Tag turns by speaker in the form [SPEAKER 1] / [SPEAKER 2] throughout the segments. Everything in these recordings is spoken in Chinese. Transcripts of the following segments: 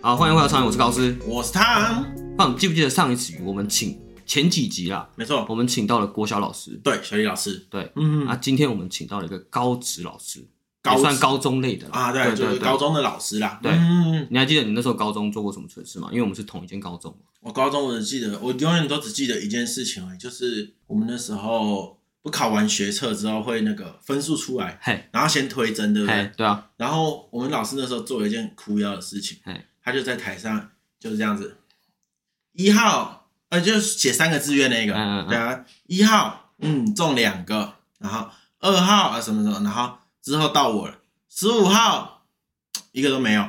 [SPEAKER 1] 好，欢迎回到超人，我是高斯。
[SPEAKER 2] 我是汤，
[SPEAKER 1] 那你记不记得上一集我们请前几集啦，
[SPEAKER 2] 没错，
[SPEAKER 1] 我们请到了国小老师，
[SPEAKER 2] 对，小李老师，
[SPEAKER 1] 对，
[SPEAKER 2] 嗯
[SPEAKER 1] 啊，今天我们请到了一个高职老师，
[SPEAKER 2] 高
[SPEAKER 1] 也
[SPEAKER 2] 职
[SPEAKER 1] 算高中类的啦
[SPEAKER 2] 啊，对，
[SPEAKER 1] 对
[SPEAKER 2] 就
[SPEAKER 1] 对
[SPEAKER 2] 是高。中的老师啦，
[SPEAKER 1] 对
[SPEAKER 2] 嗯，
[SPEAKER 1] 你还记得你那时候高中做过什么蠢事吗？因为我们是同一间高中，
[SPEAKER 2] 我高中我只记得，我永远都只记得一件事情而已，就是我们那时候不考完学测之后会那个分数出来，
[SPEAKER 1] 嘿，
[SPEAKER 2] 然后先推甄，对不
[SPEAKER 1] 嘿
[SPEAKER 2] 对？，
[SPEAKER 1] 对啊，
[SPEAKER 2] 然后我们老师那时候做了一件哭腰的事情
[SPEAKER 1] 嘿，
[SPEAKER 2] 他就在台上就是这样子，一号，呃，就是写三个志愿那个，
[SPEAKER 1] 嗯嗯嗯
[SPEAKER 2] 对啊，一号，嗯，中两个，然后二号啊什么什么，然后之后到我了，十五号一个都没有，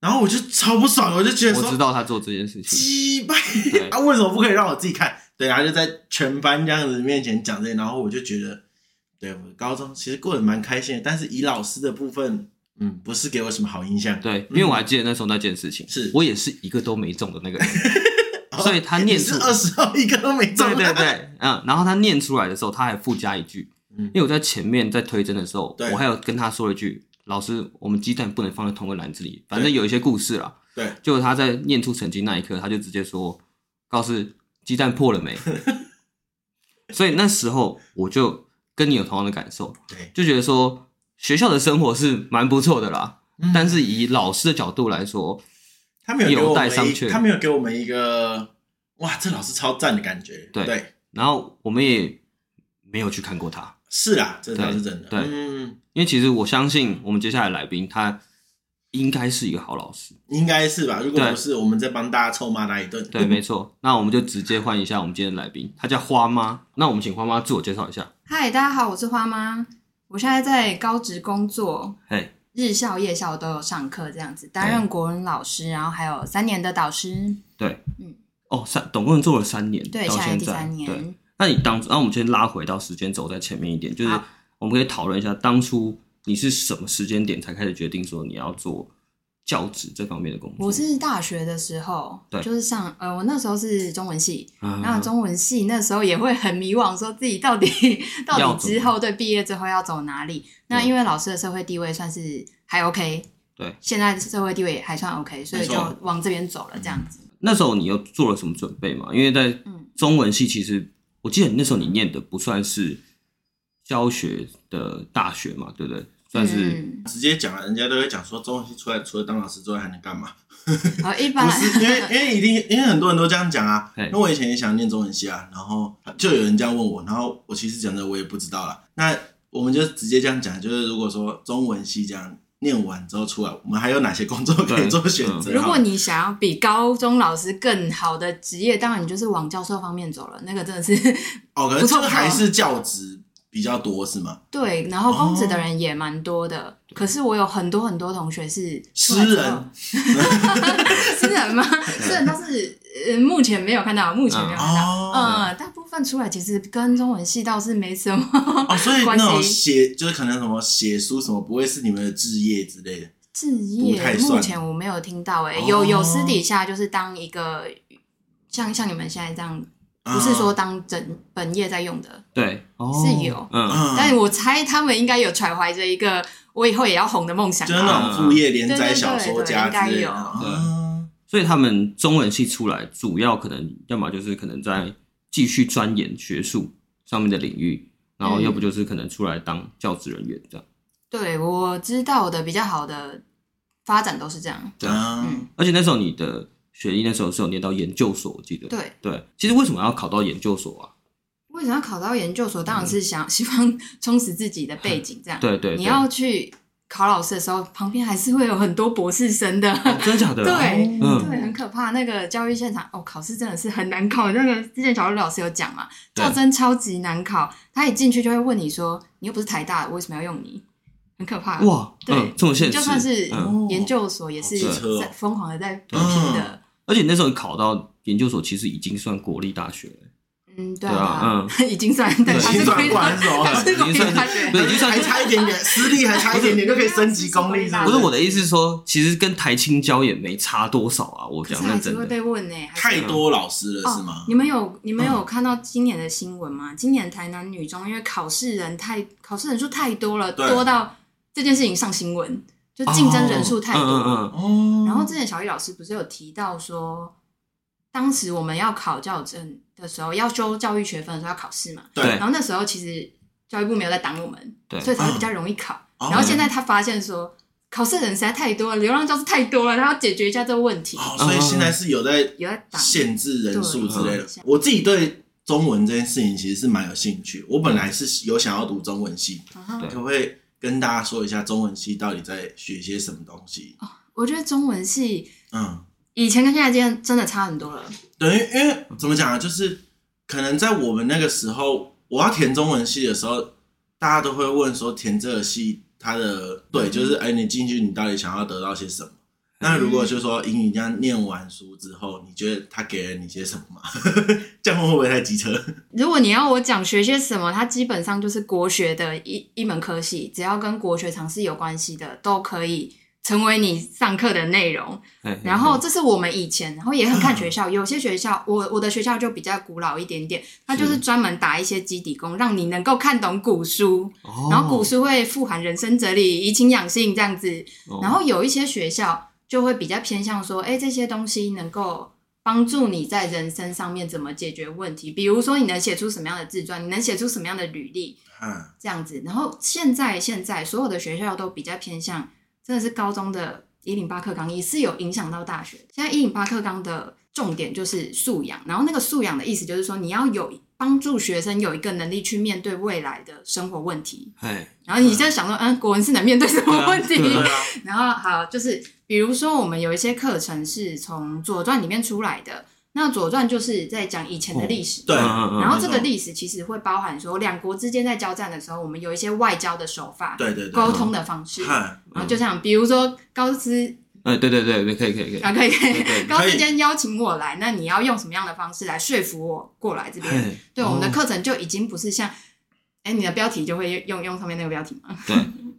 [SPEAKER 2] 然后我就超不爽，我就觉得
[SPEAKER 1] 我知
[SPEAKER 2] 说，
[SPEAKER 1] 道他做这件事情，
[SPEAKER 2] 鸡巴
[SPEAKER 1] 对，
[SPEAKER 2] 啊，为什么不可以让我自己看？对啊，就在全班这样子面前讲这些，然后我就觉得，对我高中其实过得蛮开心的，但是以老师的部分，嗯，不是给我什么好印象。
[SPEAKER 1] 对，因为我还记得那时候那件事情，
[SPEAKER 2] 是
[SPEAKER 1] 我也是一个都没中的那 个人，
[SPEAKER 2] 哦
[SPEAKER 1] 所以他念
[SPEAKER 2] 你
[SPEAKER 1] 出
[SPEAKER 2] 是二十号一个都没中，
[SPEAKER 1] 对对，对，嗯，然后他念出来的时候，他还附加一句，
[SPEAKER 2] 嗯
[SPEAKER 1] 因为我在前面在推甄的时候
[SPEAKER 2] 对，
[SPEAKER 1] 我还有跟他说了一句，老师，我们鸡蛋不能放在同一个篮子里，反正有一些故事啦。
[SPEAKER 2] 对，
[SPEAKER 1] 就他在念出成绩那一刻，他就直接说，告诉鸡蛋破了 没。所以那时候我就跟你有同样的感受，
[SPEAKER 2] 对，
[SPEAKER 1] 就觉得说学校的生活是蛮不错的啦，
[SPEAKER 2] 嗯
[SPEAKER 1] 但是以老师的角度来说，
[SPEAKER 2] 他没有给我
[SPEAKER 1] 有待
[SPEAKER 2] 们
[SPEAKER 1] 商
[SPEAKER 2] 一
[SPEAKER 1] 榷
[SPEAKER 2] 他没有给我们一个哇，这老师超赞的感觉。
[SPEAKER 1] 对
[SPEAKER 2] 对，
[SPEAKER 1] 然后我们也没有去看过他。
[SPEAKER 2] 是啦，这
[SPEAKER 1] 对
[SPEAKER 2] 倒是真的。
[SPEAKER 1] 对
[SPEAKER 2] 嗯，
[SPEAKER 1] 因为其实我相信我们接下来的来宾他应该是一个好老师，
[SPEAKER 2] 应该是吧？如果
[SPEAKER 1] 对
[SPEAKER 2] 不是，我们再帮大家臭骂他一顿。
[SPEAKER 1] 对，没错。那我们就直接换一下我们今天的来宾，他叫花妈。那我们请花妈自我介绍一下。
[SPEAKER 3] 嗨，大家好，我是花妈，我现在在高职工作，
[SPEAKER 1] 嘿，
[SPEAKER 3] 日校、夜校都有上课，这样子
[SPEAKER 1] 嗯
[SPEAKER 3] 担任国文老师，然后还有三年的导师，
[SPEAKER 1] 对，
[SPEAKER 3] 嗯，
[SPEAKER 1] 哦，三总共做了三年，
[SPEAKER 3] 对，
[SPEAKER 1] 到
[SPEAKER 3] 现在
[SPEAKER 1] 现
[SPEAKER 3] 第
[SPEAKER 1] 在
[SPEAKER 3] 三，
[SPEAKER 1] 对。
[SPEAKER 3] 年，
[SPEAKER 1] 那你当初，那我们先拉回到时间轴在前面一点，就是
[SPEAKER 3] 好
[SPEAKER 1] 我们可以讨论一下当初你是什么时间点才开始决定说你要做教职这方面的工作？
[SPEAKER 3] 我是大学的时候，
[SPEAKER 1] 对
[SPEAKER 3] 就是上呃，我那时候是中文系，
[SPEAKER 1] 啊，
[SPEAKER 3] 那中文系那时候也会很迷惘，说自己到底到
[SPEAKER 1] 要
[SPEAKER 3] 底
[SPEAKER 1] 走
[SPEAKER 3] 之后对毕业之后要走哪里？那
[SPEAKER 1] 对
[SPEAKER 3] 因为老师的社会地位算是还 OK，
[SPEAKER 1] 对，
[SPEAKER 3] 现在社会地位也还算 OK，所以
[SPEAKER 2] 没
[SPEAKER 3] 就
[SPEAKER 2] 错
[SPEAKER 3] 往这边走了，这样子。
[SPEAKER 1] 那时候你又做了什么准备吗？因为在
[SPEAKER 3] 嗯
[SPEAKER 1] 中文系，其实我记得你那时候你念的不算是教学的大学嘛，对不对？算是、
[SPEAKER 3] 嗯，
[SPEAKER 2] 直接讲，人家都会讲说，中文系出来除了当老师之外还能干嘛？
[SPEAKER 3] 好，一般
[SPEAKER 2] 不
[SPEAKER 3] 来
[SPEAKER 2] 是，因为因为一定，因为很多人都这样讲啊
[SPEAKER 1] 嘿。
[SPEAKER 2] 那我以前也想念中文系啊，然后就有人这样问我，然后我其实讲的我也不知道啦。那我们就直接这样讲，就是如果说中文系这样念完之后出来，我们还有哪些工作可以
[SPEAKER 1] 对嗯
[SPEAKER 2] 做选择？
[SPEAKER 3] 如果你想要比高中老师更好的职业，当然你就是往教授方面走了。那个真的是
[SPEAKER 2] 哦，可是
[SPEAKER 3] 不错
[SPEAKER 2] 这个还是教职比较多是吗？
[SPEAKER 3] 对，然后公职的人也蛮多的。
[SPEAKER 2] 哦
[SPEAKER 3] 可是我有很多很多同学是出来
[SPEAKER 2] 诗
[SPEAKER 3] 之后
[SPEAKER 2] 人
[SPEAKER 3] 诗人吗？ 诗人，但是呃，目前没有看到，目前没有看到。
[SPEAKER 2] 哦
[SPEAKER 3] 嗯，大部分出来其实跟中文系倒是没什么
[SPEAKER 2] 哦，所以那
[SPEAKER 3] 关系
[SPEAKER 2] 种写就是可能什么写书什么，不会是你们的置业之类的。
[SPEAKER 3] 置业
[SPEAKER 2] 不太，算
[SPEAKER 3] 目前我没有听到哎、
[SPEAKER 2] 哦
[SPEAKER 3] 有有私底下就是当一个像像你们现在这样，不
[SPEAKER 2] 嗯
[SPEAKER 3] 是说当整本业在用的，
[SPEAKER 1] 对，哦
[SPEAKER 3] 是有
[SPEAKER 1] 嗯，
[SPEAKER 2] 嗯，
[SPEAKER 3] 但我猜他们应该有揣怀着一个我以后也要红的梦想
[SPEAKER 2] 就是
[SPEAKER 3] 吧。
[SPEAKER 1] 嗯
[SPEAKER 2] 那种副业连载小说家之类
[SPEAKER 3] 对对对对应该
[SPEAKER 2] 的。
[SPEAKER 3] 有
[SPEAKER 2] 啊
[SPEAKER 1] 所以他们中文系出来，主要可能要么就是可能在继续钻研学术上面的领域，然
[SPEAKER 3] 嗯
[SPEAKER 1] 后要不就是可能出来当教职人员这样。
[SPEAKER 3] 对，我知道的比较好的发展都是这样。
[SPEAKER 1] 对
[SPEAKER 2] 啊
[SPEAKER 3] 嗯，
[SPEAKER 1] 而且那时候你的学历那时候是有念到研究所，我记得。
[SPEAKER 3] 对。
[SPEAKER 1] 对，其实为什么要考到研究所啊？
[SPEAKER 3] 为什么要考到研究所？当然是想 希望充实自己的背景，这样。
[SPEAKER 1] 嗯对对对
[SPEAKER 3] 你要去考老师的时候，旁边还是会有很多博士生的。
[SPEAKER 1] 哦真的假的？
[SPEAKER 3] 对、
[SPEAKER 1] 嗯
[SPEAKER 3] 对，很可怕。那个教育现场，哦，考试真的是很难考。那个之前小陆老师有讲嘛，
[SPEAKER 1] 对
[SPEAKER 3] 较真超级难考。他一进去就会问你说：“你又不是台大的，为什么要用你？”很可怕。
[SPEAKER 1] 哇，
[SPEAKER 3] 啊对
[SPEAKER 1] 嗯，这么现实，
[SPEAKER 3] 就算是
[SPEAKER 1] 嗯，
[SPEAKER 3] 研究所也是
[SPEAKER 2] 好机车哦
[SPEAKER 3] 在疯狂的在拼的。
[SPEAKER 1] 而且你那时候考到研究所，其实已经算国立大学了，
[SPEAKER 3] 嗯，
[SPEAKER 1] 对
[SPEAKER 3] 对
[SPEAKER 1] 啊
[SPEAKER 3] 啊，嗯， 已经算，对，
[SPEAKER 1] 已
[SPEAKER 3] 他
[SPEAKER 1] 经
[SPEAKER 3] 是
[SPEAKER 2] 算
[SPEAKER 3] 归
[SPEAKER 2] 管
[SPEAKER 3] 到，
[SPEAKER 2] 是什么
[SPEAKER 1] 已经
[SPEAKER 3] 他是归到
[SPEAKER 1] 算
[SPEAKER 3] 大学。
[SPEAKER 1] 对，已经算
[SPEAKER 2] 还
[SPEAKER 1] 是。
[SPEAKER 2] 差一点点，私立还差一点点就可以升级公立，是
[SPEAKER 3] 大
[SPEAKER 1] 不
[SPEAKER 2] 是
[SPEAKER 1] 是我的意思是说，其实跟台青交也没差多少啊。我
[SPEAKER 3] 可
[SPEAKER 1] 讲
[SPEAKER 3] 是
[SPEAKER 1] 认
[SPEAKER 3] 还是
[SPEAKER 1] 真
[SPEAKER 3] 会
[SPEAKER 1] 的，
[SPEAKER 3] 被问呢、还是
[SPEAKER 2] 太多老师了，是
[SPEAKER 3] 哦
[SPEAKER 2] 吗，？
[SPEAKER 3] 你们有你们
[SPEAKER 1] 嗯
[SPEAKER 3] 有看到今年的新闻吗？今年台南女中因为考试人太考试人数太多了，
[SPEAKER 2] 对
[SPEAKER 3] 多到这件事情上新闻，就竞争人数太多了。
[SPEAKER 1] 哦嗯嗯嗯，
[SPEAKER 2] 哦，
[SPEAKER 3] 然后之前小易老师不是有提到说，当时我们要考教证的时候，要修教育学分的时候要考试嘛，
[SPEAKER 2] 对
[SPEAKER 3] 然后那时候其实教育部没有在挡我们，
[SPEAKER 1] 对哎
[SPEAKER 3] 所以才会比较容易考。
[SPEAKER 2] 哦
[SPEAKER 3] 然后现在他发现说，考试的人实在太多了，流浪教师太多了，他要解决一下这个问题，
[SPEAKER 2] 哦，所以现在是有在
[SPEAKER 3] 有在挡。
[SPEAKER 2] 限制人数之类的
[SPEAKER 3] 对。
[SPEAKER 2] 我自己对中文这件事情其实是蛮有兴趣，我本来是有想要读中文系，
[SPEAKER 3] 然后
[SPEAKER 1] 对
[SPEAKER 2] 可不可以跟大家说一下中文系到底在学些什么东西？
[SPEAKER 3] 我觉得中文系
[SPEAKER 2] 嗯，
[SPEAKER 3] 以前跟现在真真的差很多了。
[SPEAKER 2] 对，因因为怎么讲啊，就是可能在我们那个时候，我要填中文系的时候，大家都会问说填这个系它的
[SPEAKER 1] 嗯
[SPEAKER 2] 对，就是哎，你进去你到底想要得到些什么？那
[SPEAKER 1] 嗯
[SPEAKER 2] 如果就说英语这样念完书之后，你觉得它给了你些什么吗？ 这样会不会太机车？
[SPEAKER 3] 如果你要我讲学些什么，它基本上就是国学的一一门科系，只要跟国学常识有关系的，都可以成为你上课的内容。
[SPEAKER 1] 嘿嘿
[SPEAKER 3] 然后这是我们以前，然后也很看学校， 有些学校，我我的学校就比较古老一点点，它就是
[SPEAKER 1] 是
[SPEAKER 3] 专门打一些基底功，让你能够看懂古书，然后古
[SPEAKER 1] 哦
[SPEAKER 3] 书会富含人生哲理、怡情养性这样子。
[SPEAKER 1] 哦
[SPEAKER 3] 然后有一些学校就会比较偏向说，哎，这些东西能够帮助你在人生上面怎么解决问题，比如说你能写出什么样的自传，你能写出什么样的履历
[SPEAKER 2] 嗯，
[SPEAKER 3] 这样子。然后现在现在所有的学校都比较偏向，真的是高中的一零八课纲也是有影响到大学的。现在一零八课纲的重点就是素养，然后那个素养的意思就是说你要有帮助学生有一个能力去面对未来的生活问题。
[SPEAKER 1] 嘿
[SPEAKER 3] 然后你在想说，嗯，国文是能面对什么问题？
[SPEAKER 1] 对
[SPEAKER 2] 对啊，
[SPEAKER 3] 然后好，就是比如说我们有一些课程是从《左传》里面出来的，那《左传》就是在讲以前的历史。
[SPEAKER 2] 对
[SPEAKER 1] 嗯嗯嗯
[SPEAKER 3] 然后这
[SPEAKER 2] 没
[SPEAKER 3] 个
[SPEAKER 2] 错
[SPEAKER 3] 历史其实会包含说，两国之间在交战的时候，我们有一些外交的手法、
[SPEAKER 2] 对嗯对对，
[SPEAKER 3] 沟通的方
[SPEAKER 1] 嗯
[SPEAKER 3] 式。
[SPEAKER 2] 嗨
[SPEAKER 3] 然后就像比如说高知
[SPEAKER 1] 哎，对对对对，可以可以 可以，
[SPEAKER 3] 啊，可以可
[SPEAKER 1] 对对
[SPEAKER 3] 以，高知
[SPEAKER 2] 可以
[SPEAKER 3] 今天邀请我来，那你要用什么样的方式来说服我过来这边？
[SPEAKER 1] 嘿
[SPEAKER 3] 对，我们的
[SPEAKER 1] 哦
[SPEAKER 3] 课程就已经不是像，哎，你的标题就会用用上面那个标题吗？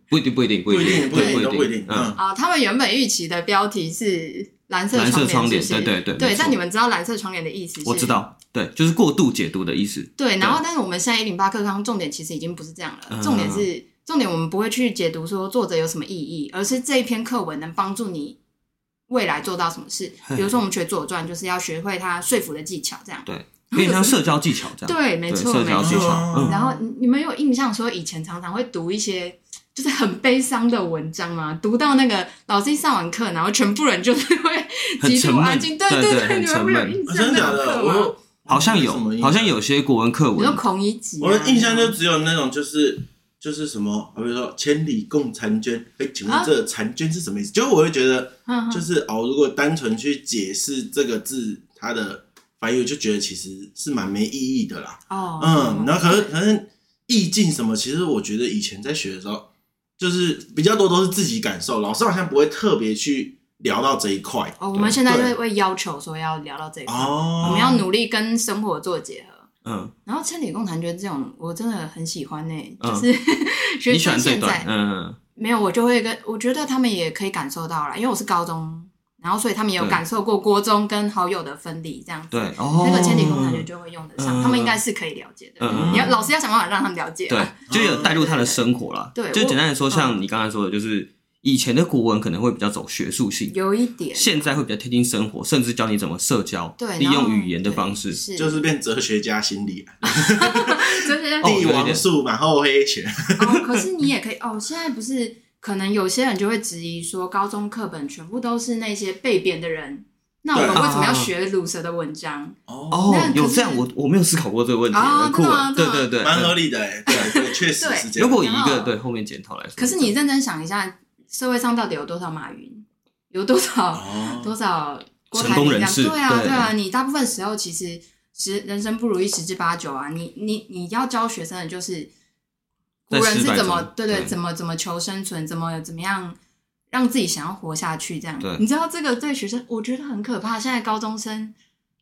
[SPEAKER 1] 不一定不一定不
[SPEAKER 2] 不一
[SPEAKER 1] 定
[SPEAKER 2] 定，不一定，
[SPEAKER 1] 对
[SPEAKER 2] 都
[SPEAKER 1] 不
[SPEAKER 2] 不一定。
[SPEAKER 1] 嗯，
[SPEAKER 2] 嗯，
[SPEAKER 3] 啊、他们原本预期的标题是蓝色
[SPEAKER 1] 蓝色窗
[SPEAKER 3] 帘，
[SPEAKER 1] 帘
[SPEAKER 3] 是不是
[SPEAKER 1] 对对对
[SPEAKER 3] 对。
[SPEAKER 1] 没错
[SPEAKER 3] 但你们知道蓝色窗帘的意思？
[SPEAKER 1] 我知。道，对，就是过度解读的意思，
[SPEAKER 3] 对，然后但是我们现在一零八课纲重点其实已经不是这样了，
[SPEAKER 1] 嗯
[SPEAKER 3] 重点是重点我们不会去解读说作者有什么意义，而是这一篇课文能帮助你未来做到什么事。
[SPEAKER 1] 嘿
[SPEAKER 3] 比如说我们学《左传》，就是要学会他说服的技巧，这样。
[SPEAKER 1] 对，有点像社交技巧这样，
[SPEAKER 3] 对，没错，
[SPEAKER 1] 社
[SPEAKER 3] 没
[SPEAKER 1] 交技
[SPEAKER 3] 错。
[SPEAKER 1] 巧，嗯，
[SPEAKER 3] 然后你你们有印象说以前常常会读一些就是很悲伤的文章吗？读到那个老师一上完课，然后全部人就是会
[SPEAKER 1] 很
[SPEAKER 3] 极
[SPEAKER 1] 沉
[SPEAKER 3] 度
[SPEAKER 1] 闷
[SPEAKER 3] 安静，对
[SPEAKER 1] 对对
[SPEAKER 3] 对，
[SPEAKER 1] 很
[SPEAKER 3] 你们
[SPEAKER 1] 沉
[SPEAKER 3] 会有
[SPEAKER 1] 闷
[SPEAKER 3] 印
[SPEAKER 2] 啊
[SPEAKER 3] 象
[SPEAKER 2] 真的假
[SPEAKER 3] 那
[SPEAKER 2] 的？
[SPEAKER 3] 种
[SPEAKER 2] 我
[SPEAKER 3] 课吗？
[SPEAKER 2] 有
[SPEAKER 1] 好像
[SPEAKER 2] 什么印啊
[SPEAKER 1] 有，
[SPEAKER 2] 象
[SPEAKER 1] 好像有些国文课
[SPEAKER 3] 你说
[SPEAKER 1] 文，
[SPEAKER 3] 孔乙己啊，
[SPEAKER 2] 我的印象就只有那种就是就是什么，比如说千里共婵娟，哎，请
[SPEAKER 3] 啊
[SPEAKER 2] 问这婵娟是什么意思？就是我会觉得
[SPEAKER 3] 嗯
[SPEAKER 2] 就
[SPEAKER 3] 嗯
[SPEAKER 2] 是哦，如果单纯去解释这个字它的翻译，我就觉得其实是蛮没意义的啦。
[SPEAKER 3] 哦，
[SPEAKER 2] 嗯，然后可是可是意境什么，其实我觉得以前在学的时候，就是比较多都是自己感受，老师好像不会特别去聊到这一块。
[SPEAKER 3] 哦，我们现在就
[SPEAKER 2] 对
[SPEAKER 3] 会会要求说要聊到这一块，
[SPEAKER 2] 哦，
[SPEAKER 3] 我们要努力跟生活做结合。
[SPEAKER 1] 嗯，
[SPEAKER 3] 然后千里共婵娟这种，我真的很喜欢呢、
[SPEAKER 1] 嗯
[SPEAKER 3] 就是 学
[SPEAKER 1] 你喜
[SPEAKER 3] 生
[SPEAKER 1] 欢这
[SPEAKER 3] 现
[SPEAKER 1] 段
[SPEAKER 3] 在，
[SPEAKER 1] 嗯，
[SPEAKER 3] 没有，我就会跟我觉得他们也可以感受到啦，因为我是高中，然后所以他们也有
[SPEAKER 1] 对
[SPEAKER 3] 感受过国中跟好友的分离这样子。
[SPEAKER 1] 对，哦，
[SPEAKER 3] 那个千里共婵娟就会用得上，
[SPEAKER 1] 嗯
[SPEAKER 3] 他们应该是可以了解的。
[SPEAKER 1] 嗯
[SPEAKER 3] 你要老师要想办法让他们了解、
[SPEAKER 1] 对
[SPEAKER 3] 啊。，
[SPEAKER 1] 就有带入他的生活啦。
[SPEAKER 3] 对
[SPEAKER 1] 就
[SPEAKER 3] 我
[SPEAKER 1] 简单来说，
[SPEAKER 3] 嗯
[SPEAKER 1] 像你刚才说的，就是以前的国文可能会比较走学术性，
[SPEAKER 3] 有一点
[SPEAKER 1] 现在会比较贴近生活，甚至教你怎么社交，
[SPEAKER 3] 对，
[SPEAKER 1] 利
[SPEAKER 3] 然后
[SPEAKER 1] 用语言的方式
[SPEAKER 3] 对。是
[SPEAKER 2] 就是变哲学家心理，
[SPEAKER 3] 就是
[SPEAKER 1] 哦有一
[SPEAKER 2] 帝
[SPEAKER 1] 点
[SPEAKER 2] 王术嘛，厚黑学。
[SPEAKER 3] 哦，可是你也可以哦。现在不是可能有些人就会质疑说，高中课本全部都是那些被贬的人，那我们
[SPEAKER 2] 对
[SPEAKER 3] 为什么要学鲁蛇的文章？
[SPEAKER 2] 哦，
[SPEAKER 1] 哦
[SPEAKER 3] 那可，是
[SPEAKER 1] 有这样，我我没有思考过这个问题，
[SPEAKER 3] 哦
[SPEAKER 1] 很酷
[SPEAKER 3] 真的吗
[SPEAKER 1] 欸。对
[SPEAKER 3] 真的
[SPEAKER 1] 对对，
[SPEAKER 3] 吗
[SPEAKER 2] 蛮合
[SPEAKER 1] 嗯
[SPEAKER 2] 理的哎，对对，确实是这样。
[SPEAKER 1] 如果以一
[SPEAKER 3] 然
[SPEAKER 1] 个
[SPEAKER 3] 后
[SPEAKER 1] 对后面检讨来说，
[SPEAKER 3] 可是你认真想一下，社会上到底有多少马云，有多少
[SPEAKER 2] 哦，
[SPEAKER 3] 多少郭
[SPEAKER 1] 成
[SPEAKER 3] 台
[SPEAKER 1] 功
[SPEAKER 3] 铭这
[SPEAKER 1] 人
[SPEAKER 3] 样？
[SPEAKER 1] 士
[SPEAKER 3] 对啊，
[SPEAKER 1] 对
[SPEAKER 3] 对啊，你大部分时候其实十人生不如意十之八九啊。你你你要教学生的就是古
[SPEAKER 1] 在
[SPEAKER 3] 人是
[SPEAKER 1] 失败
[SPEAKER 3] 怎么
[SPEAKER 1] 中
[SPEAKER 3] 对对
[SPEAKER 1] 对
[SPEAKER 3] 怎么怎么求生存，怎么怎么样让自己想要活下去这样
[SPEAKER 1] 对。
[SPEAKER 3] 你知道这个对学生我觉得很可怕。现在高中生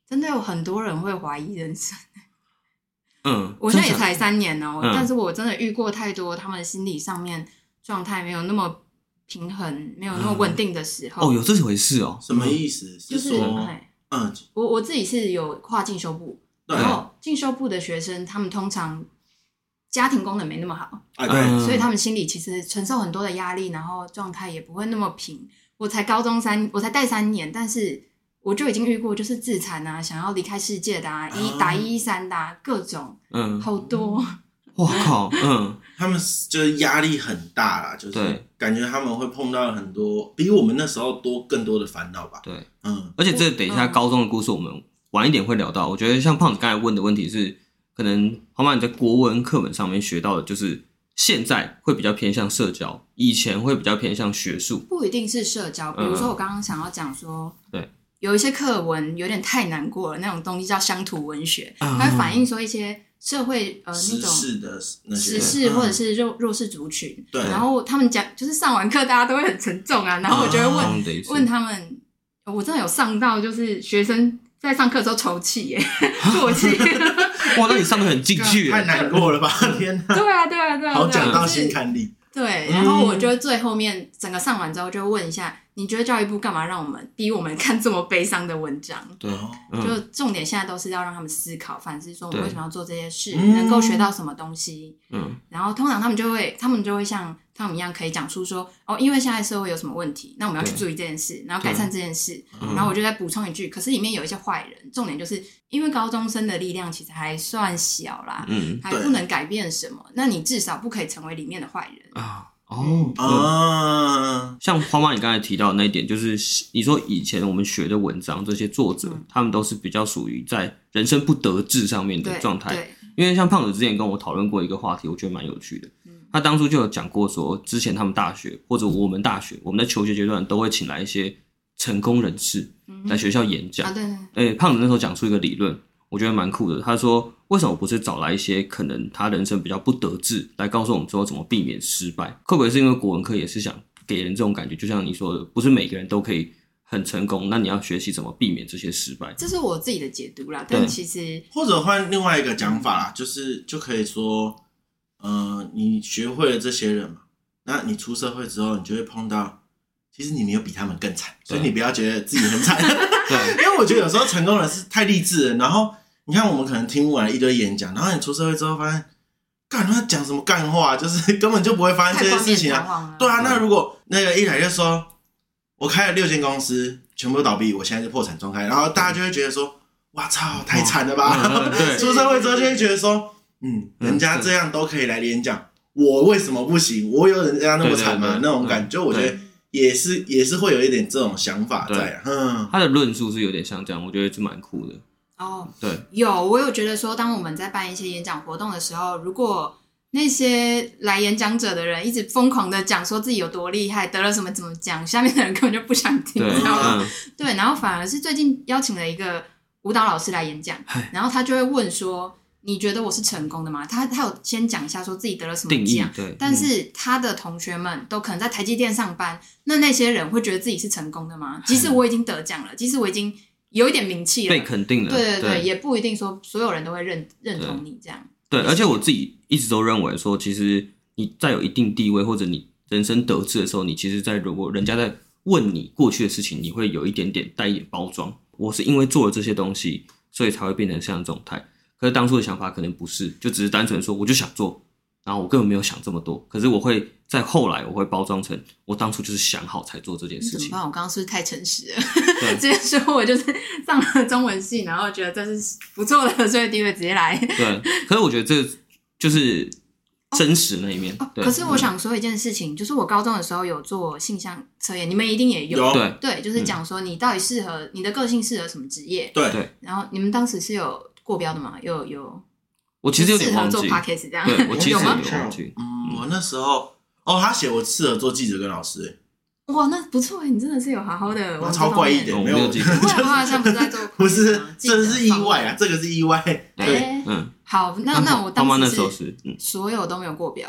[SPEAKER 3] 真的有很多人会怀疑人生。
[SPEAKER 1] 嗯，
[SPEAKER 3] 我现在
[SPEAKER 1] 真
[SPEAKER 3] 也
[SPEAKER 1] 的
[SPEAKER 3] 才三年哦、
[SPEAKER 1] 嗯
[SPEAKER 3] 但是我真的遇过太多他们心理上面状态没有那么平衡、没有那么稳定的时
[SPEAKER 1] 嗯
[SPEAKER 3] 候。
[SPEAKER 1] 哦，有这回事哦，
[SPEAKER 2] 什么意思？
[SPEAKER 3] 就是是
[SPEAKER 2] 说，
[SPEAKER 3] 哎
[SPEAKER 2] 嗯，
[SPEAKER 3] 我我自己是有跨进修部，
[SPEAKER 2] 对
[SPEAKER 3] 然后进修部的学生，他们通常家庭功能没那么好，
[SPEAKER 2] 啊，对，
[SPEAKER 1] 嗯
[SPEAKER 3] 所以他们心里其实承受很多的压力，然后状态也不会那么平。我才高中三，我才带三年，但是我就已经遇过就是自残啊，想要离开世界的啊，一打一一三的、啊、各种，
[SPEAKER 1] 嗯，
[SPEAKER 3] 好多。
[SPEAKER 1] 我靠，嗯，
[SPEAKER 2] 他们就是压力很大啦，就是
[SPEAKER 1] 对
[SPEAKER 2] 感觉他们会碰到很多比我们那时候多更多的烦恼吧。
[SPEAKER 1] 对，
[SPEAKER 2] 嗯，
[SPEAKER 1] 而且这等一下
[SPEAKER 3] 嗯
[SPEAKER 1] 高中的故事我们晚一点会聊到。我觉得像胖子刚才问的问题是，可能黄妈你在国文课本上面学到的，就是现在会比较偏向社交，以前会比较偏向学术。
[SPEAKER 3] 不一定是社交，比如说我刚刚想要讲说，
[SPEAKER 1] 对，
[SPEAKER 3] 有一些课文有点太难过了，那种东西叫乡土文学，
[SPEAKER 1] 啊
[SPEAKER 3] 它会反映说一些社会呃那
[SPEAKER 2] 时
[SPEAKER 3] 种
[SPEAKER 2] 事的那些
[SPEAKER 3] 时事或者
[SPEAKER 2] 嗯
[SPEAKER 3] 是弱弱势族群，
[SPEAKER 2] 对哦
[SPEAKER 3] 然后他们讲就是上完课大家都会很沉重啊，然后我就会问、
[SPEAKER 1] 懂的意思
[SPEAKER 3] 问他们，我真的有上到就是学生在上课的时候抽泣 耶，啜泣，
[SPEAKER 1] 哇，那你上的很进去
[SPEAKER 2] 嗯太
[SPEAKER 3] 啊
[SPEAKER 1] 耶，
[SPEAKER 2] 难过 了吧？天哪，
[SPEAKER 3] 对啊对啊对啊，
[SPEAKER 2] 好
[SPEAKER 3] 对啊
[SPEAKER 2] 讲到
[SPEAKER 3] 就是
[SPEAKER 2] 心坎里。
[SPEAKER 3] 对，
[SPEAKER 2] 嗯
[SPEAKER 3] 然后我就会最后面整个上完之后，就问一下，你觉得教育部干嘛让我们逼我们看这么悲伤的文章？
[SPEAKER 1] 对，
[SPEAKER 2] 哦
[SPEAKER 1] 嗯，
[SPEAKER 3] 就重点现在都是要让他们思考、反思，说我们
[SPEAKER 1] 对
[SPEAKER 3] 为什么要做这些事，
[SPEAKER 2] 嗯
[SPEAKER 3] 能够学到什么东西。
[SPEAKER 1] 嗯，
[SPEAKER 3] 然后通常他们就会，他们就会像他们一样，可以讲出说，哦，因为现在社会有什么问题，那我们要去
[SPEAKER 1] 对
[SPEAKER 3] 注意这件事，然后改善这件事。
[SPEAKER 1] 嗯
[SPEAKER 3] 然后我就再补充一句，可是里面有一些坏人，重点就是因为高中生的力量其实还算小啦，
[SPEAKER 1] 嗯
[SPEAKER 3] 还
[SPEAKER 2] 对
[SPEAKER 3] 不能改变什么，那你至少不可以成为里面的坏人。
[SPEAKER 1] 啊，哦，嗯
[SPEAKER 2] 啊，
[SPEAKER 1] 像花妈你刚才提到的那一点，就是你说以前我们学的文章，这些作者、
[SPEAKER 3] 嗯
[SPEAKER 1] 他们都是比较属于在人生不得志上面的
[SPEAKER 3] 对
[SPEAKER 1] 状态。
[SPEAKER 3] 对，
[SPEAKER 1] 因为像胖子之前跟我讨论过一个话题，我觉得蛮有趣的。他当初就有讲过说，之前他们大学或者我们大学，我们的求学阶段都会请来一些成功人士来学校演讲
[SPEAKER 3] 啊，。对对
[SPEAKER 1] 诶、胖子那时候讲出一个理论，我觉得蛮酷的。他说，为什么不是找来一些可能他人生比较不得志，来告诉我们说怎么避免失败？会不会是因为国文科也是想给人这种感觉？就像你说的，不是每个人都可以很成功，那你要学习怎么避免这些失败。
[SPEAKER 3] 这是我自己的解读啦。
[SPEAKER 1] 对
[SPEAKER 3] 但其实
[SPEAKER 2] 或者换另外一个讲法啦，就是就可以说，呃，你学会了这些人嘛，那你出社会之后，你就会碰到，其实你没有比他们更惨，所以
[SPEAKER 1] 对
[SPEAKER 2] 你不要觉得自己很惨，
[SPEAKER 1] 对，啊
[SPEAKER 2] 因为我觉得有时候成功人是太励志了，然后你看我们可能听完一堆演讲，然后你出社会之后发现，干他讲什么干话，就是根本就不会发生
[SPEAKER 3] 太
[SPEAKER 2] 这些
[SPEAKER 3] 冠
[SPEAKER 2] 事
[SPEAKER 3] 冕
[SPEAKER 2] 情啊
[SPEAKER 3] 堂，皇了。
[SPEAKER 2] 对啊，那如果那个一来就说，我开了六间公司，全部都倒闭，我现在是破产状态，然后大家就会觉得说，哇操，太惨了吧！
[SPEAKER 1] 嗯嗯对
[SPEAKER 2] 出社会之后就会觉得说，嗯，
[SPEAKER 1] 嗯
[SPEAKER 2] 人家这样都可以来演讲，我为什么不行？我有人家那么惨吗
[SPEAKER 1] 对对？对
[SPEAKER 2] 那种感觉，我觉得也是也是会有一点这种想法在啊，嗯，
[SPEAKER 1] 他的论述是有点像这样，我觉得是蛮酷的。
[SPEAKER 3] 哦，
[SPEAKER 1] 对，
[SPEAKER 3] 有我有觉得说，当我们在办一些演讲活动的时候，如果那些来演讲者的人一直疯狂的讲说自己有多厉害，得了什么怎么奖，下面的人根本就不想听，
[SPEAKER 1] 对，
[SPEAKER 3] 你知道吗？
[SPEAKER 1] 嗯，
[SPEAKER 3] 对，然后反而是最近邀请了一个舞蹈老师来演讲
[SPEAKER 1] 嗨，
[SPEAKER 3] 然后他就会问说：“你觉得我是成功的吗？”他他有先讲一下说自己得了什
[SPEAKER 1] 定
[SPEAKER 3] 么
[SPEAKER 1] 义
[SPEAKER 3] 奖，
[SPEAKER 1] 对，嗯
[SPEAKER 3] 但是他的同学们都可能在台积电上班，那那些人会觉得自己是成功的吗？即使我已经得奖了，即使我已经有一点名气了，
[SPEAKER 1] 哎被肯定了。
[SPEAKER 3] 对对
[SPEAKER 1] 对
[SPEAKER 3] 对，也不一定说所有人都会认认同你这样。
[SPEAKER 1] 对，而且我自己一直都认为说，其实你在有一定地位或者你人生得志的时候，你其实在如果人家在问你过去的事情，你会有一点点带一点包装。我是因为做了这些东西，所以才会变成像这种态。可是当初的想法可能不是，就只是单纯说我就想做，然后我根本没有想这么多。可是我会在后来我会包装成我当初就是想好才做这件
[SPEAKER 3] 你
[SPEAKER 1] 事
[SPEAKER 3] 嗯怎么
[SPEAKER 1] 情。
[SPEAKER 3] 办？我刚刚是不是太诚实了？
[SPEAKER 1] 对
[SPEAKER 3] 直 接说我就是上了中文系，然后觉得这是不错的，所以地位直接来。
[SPEAKER 1] 对，可是我觉得这就是真实那一面。
[SPEAKER 3] 哦
[SPEAKER 1] 对，
[SPEAKER 3] 可是我想说一件事情，就是我高中的时候有做性向测验，你们一定也嗯
[SPEAKER 2] 有
[SPEAKER 1] 对
[SPEAKER 3] 对，就是讲说你到底适合、你的个性适合什么职业，
[SPEAKER 2] 对
[SPEAKER 1] 对
[SPEAKER 3] 然后你们当时是有过标的吗？有有，
[SPEAKER 1] 我其实有点
[SPEAKER 3] 适合
[SPEAKER 1] 忘
[SPEAKER 3] 做
[SPEAKER 1] 记，
[SPEAKER 3] podcast 这样，
[SPEAKER 1] 对我其实
[SPEAKER 3] 有
[SPEAKER 1] 有
[SPEAKER 3] 吗？
[SPEAKER 1] 忘记。
[SPEAKER 2] 嗯，我那时候哦，他写我适合做记者跟老师、欸
[SPEAKER 3] 哇，那不错，你真的是有好好的
[SPEAKER 2] 哇
[SPEAKER 3] 往这
[SPEAKER 2] 超
[SPEAKER 3] 方
[SPEAKER 2] 怪异
[SPEAKER 3] 面
[SPEAKER 2] 的，
[SPEAKER 1] 我没
[SPEAKER 2] 没有，
[SPEAKER 1] 有记得
[SPEAKER 3] 不然的话， 像不是在做
[SPEAKER 2] 不是
[SPEAKER 3] podcast 吗，嗯记
[SPEAKER 2] 这
[SPEAKER 3] 者
[SPEAKER 2] 是意
[SPEAKER 3] 访问
[SPEAKER 2] 外啊，这个是意外，对，
[SPEAKER 3] 对，
[SPEAKER 1] 嗯，
[SPEAKER 3] 好，那那我
[SPEAKER 1] 妈妈
[SPEAKER 3] 当
[SPEAKER 1] 那时候
[SPEAKER 3] 时是
[SPEAKER 1] 是，嗯
[SPEAKER 3] 所有都没有过标，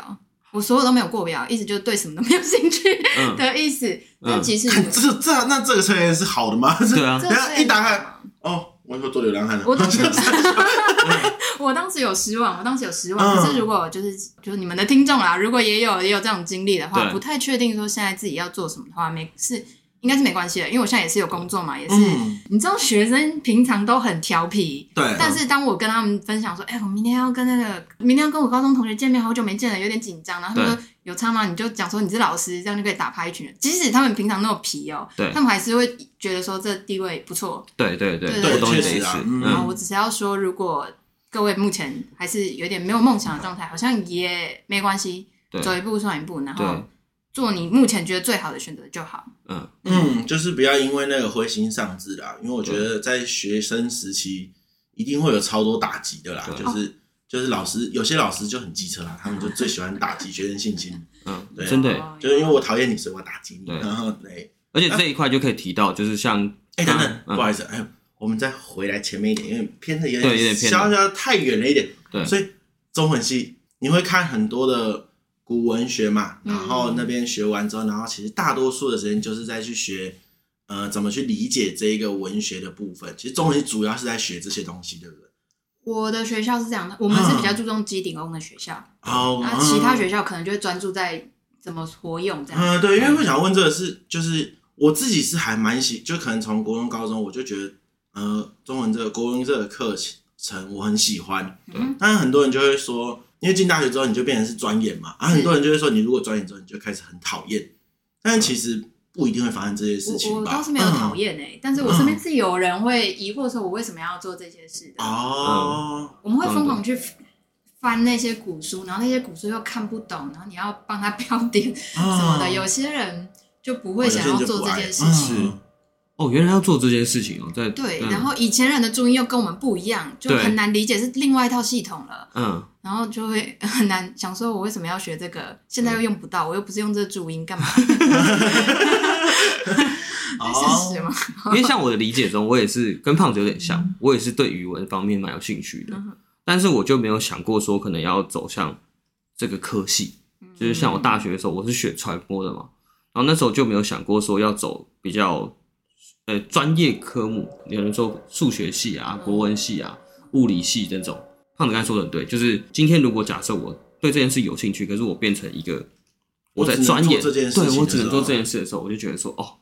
[SPEAKER 3] 我所有都没有过标，意思就是对什么都没有兴趣
[SPEAKER 1] 嗯，
[SPEAKER 3] 的意思。但其实
[SPEAKER 2] 看 这这那这个测验是好的吗？
[SPEAKER 1] 对啊
[SPEAKER 3] 这
[SPEAKER 2] 等一下一打
[SPEAKER 3] 这
[SPEAKER 2] 开， 哦，我以后做流浪汉了，
[SPEAKER 3] 我当时 我当时有失望，我当时有失望。
[SPEAKER 2] 嗯
[SPEAKER 3] 可是如果就是就是你们的啊听众啦，如果也有也有这种经历的话，
[SPEAKER 1] 对
[SPEAKER 3] 不太确定说现在自己要做什么的话，没是。应该是没关系的，因为我现在也是有工作嘛，也是。
[SPEAKER 2] 嗯，
[SPEAKER 3] 你知道学生平常都很调皮，
[SPEAKER 2] 对，
[SPEAKER 3] 但是当我跟他们分享说，哎、我明天要跟那个，明天要跟我高中同学见面，好久没见了，有点紧张。然后他们说有差吗？你就讲说你是老师，这样就可以打趴一群人。即使他们平常那么皮哦，
[SPEAKER 1] 对
[SPEAKER 3] 他们还是会觉得说这地位不错。
[SPEAKER 1] 对对对，
[SPEAKER 3] 对
[SPEAKER 1] 我懂你的
[SPEAKER 2] 确
[SPEAKER 1] 意
[SPEAKER 2] 实
[SPEAKER 1] 思
[SPEAKER 2] 啊。
[SPEAKER 3] 然后
[SPEAKER 1] 嗯，
[SPEAKER 3] 我只是要说，如果各位目前还是有点没有梦想的状态，好像也没关系，
[SPEAKER 1] 对
[SPEAKER 3] 走一步算一步，然后
[SPEAKER 1] 对，
[SPEAKER 3] 做你目前觉得最好的选择就好。
[SPEAKER 1] 嗯，
[SPEAKER 2] 嗯，就是不要因为那个灰心丧志啦，因为我觉得在学生时期一定会有超多打击的啦，
[SPEAKER 1] 对
[SPEAKER 2] 就是就是老师有些老师就很机车啦，他们就最喜欢打击学生信 心，
[SPEAKER 1] 嗯
[SPEAKER 2] 对，啊
[SPEAKER 1] 真的耶。
[SPEAKER 3] 哦
[SPEAKER 2] 就是因为我讨厌你，所以我打击你，
[SPEAKER 1] 对
[SPEAKER 2] 然后哎对，
[SPEAKER 1] 而且这一块就可以提到，就是像
[SPEAKER 2] 哎、等等，
[SPEAKER 1] 嗯
[SPEAKER 2] 不好意思，哎，我们再回来前面一点，因为偏的有
[SPEAKER 1] 对有点偏
[SPEAKER 2] 稍稍太远了一点，
[SPEAKER 1] 对
[SPEAKER 2] 所以中文系你会看很多的古文学嘛，
[SPEAKER 3] 嗯
[SPEAKER 2] 然后那边学完之后，然后其实大多数的时间就是在去学，呃，怎么去理解这一个文学的部分。其实中文系主要是在学这些东西，对不对？
[SPEAKER 3] 我的学校是这样的，我们是比较注重基底工的学校。
[SPEAKER 2] 哦，
[SPEAKER 3] 那啊其他学校可能就会专注在怎么活用这样。
[SPEAKER 2] 嗯，对，因为我想问这个是，就是我自己是还蛮喜，就可能从国中、高中我就觉得，呃，中文这个国文这个课程我很喜欢。
[SPEAKER 3] 对嗯
[SPEAKER 2] 但是很多人就会说，因为进大学之后你就变成是专研嘛，啊，
[SPEAKER 3] 是
[SPEAKER 2] 很多人就会说，你如果专研之后你就开始很讨厌，但其实不一定会发生这些事情吧。嗯
[SPEAKER 3] 我我倒是没有讨厌哎，但是我身边是有人会疑惑说，我为什么要做这些事的？
[SPEAKER 2] 嗯哦，
[SPEAKER 3] 我们会疯狂去
[SPEAKER 2] 嗯
[SPEAKER 3] 翻那些古书，然后那些古书又看不懂，然后你要帮他标点
[SPEAKER 2] 什
[SPEAKER 3] 什么的。有些人就不会想要做这件事
[SPEAKER 2] 嗯
[SPEAKER 3] 情。
[SPEAKER 1] 情哦，原来要做这件事情哦，在
[SPEAKER 3] 对，
[SPEAKER 1] 嗯
[SPEAKER 3] 然后以前人的注音又跟我们不一样，就
[SPEAKER 1] 对
[SPEAKER 3] 很难理解，是另外一套系统了。
[SPEAKER 1] 嗯，
[SPEAKER 3] 然后就会很难想说，我为什么要学这个？现在又用不到，我又不是用这个注音，干 嘛？
[SPEAKER 2] 哦
[SPEAKER 3] 是事实吗？
[SPEAKER 1] 因为像我的理解中，我也是跟胖子有点像，我也是对语文方面蛮有兴趣的，但是我就没有想过说可能要走向这个科系，就是像我大学的时候，我是学传播的嘛，然后那时候就没有想过说要走比较呃专业科目，有人说数学系啊、国文系啊、物理系这种。胖子刚才说的很对，就是今天如果假设我对这件事有兴趣，可是我变成一个
[SPEAKER 2] 我
[SPEAKER 1] 在
[SPEAKER 2] 只能
[SPEAKER 1] 专
[SPEAKER 2] 做
[SPEAKER 1] 业
[SPEAKER 2] 这件事
[SPEAKER 1] 对
[SPEAKER 2] 情
[SPEAKER 1] 我
[SPEAKER 2] 的
[SPEAKER 1] 只能
[SPEAKER 2] 时
[SPEAKER 1] 做
[SPEAKER 2] 候
[SPEAKER 1] 这件事的时候，我就觉得说哦，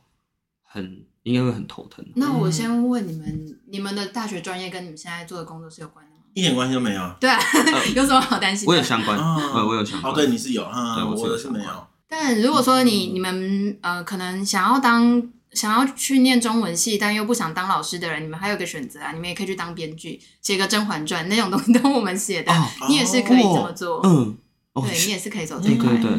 [SPEAKER 1] 很应该会很头疼。
[SPEAKER 3] 那我先问你们，你们的大学专业跟你们现在做的工作是有关的吗？
[SPEAKER 2] 一点关系都没有。
[SPEAKER 1] 嗯
[SPEAKER 2] 哦，
[SPEAKER 3] 对啊， 有什么好担心的？
[SPEAKER 1] 我有相关，呃我我有相关。
[SPEAKER 2] 对，你是有，嗯，
[SPEAKER 1] 对我是
[SPEAKER 2] 我
[SPEAKER 1] 有
[SPEAKER 2] 的是没
[SPEAKER 1] 想
[SPEAKER 2] 有。
[SPEAKER 3] 但如果说你
[SPEAKER 1] 嗯
[SPEAKER 3] 你们呃，可能想要当想要去念中文系，但又不想当老师的人，你们还有个选择啊，你们也可以去当编剧，写个《甄嬛传》那种东西 都我们写的，
[SPEAKER 1] 哦
[SPEAKER 3] 你也是可以这么做。
[SPEAKER 1] 嗯，哦，
[SPEAKER 3] 对你
[SPEAKER 1] 是
[SPEAKER 3] 也是可以走这一
[SPEAKER 1] 对
[SPEAKER 3] 块，
[SPEAKER 1] 对对，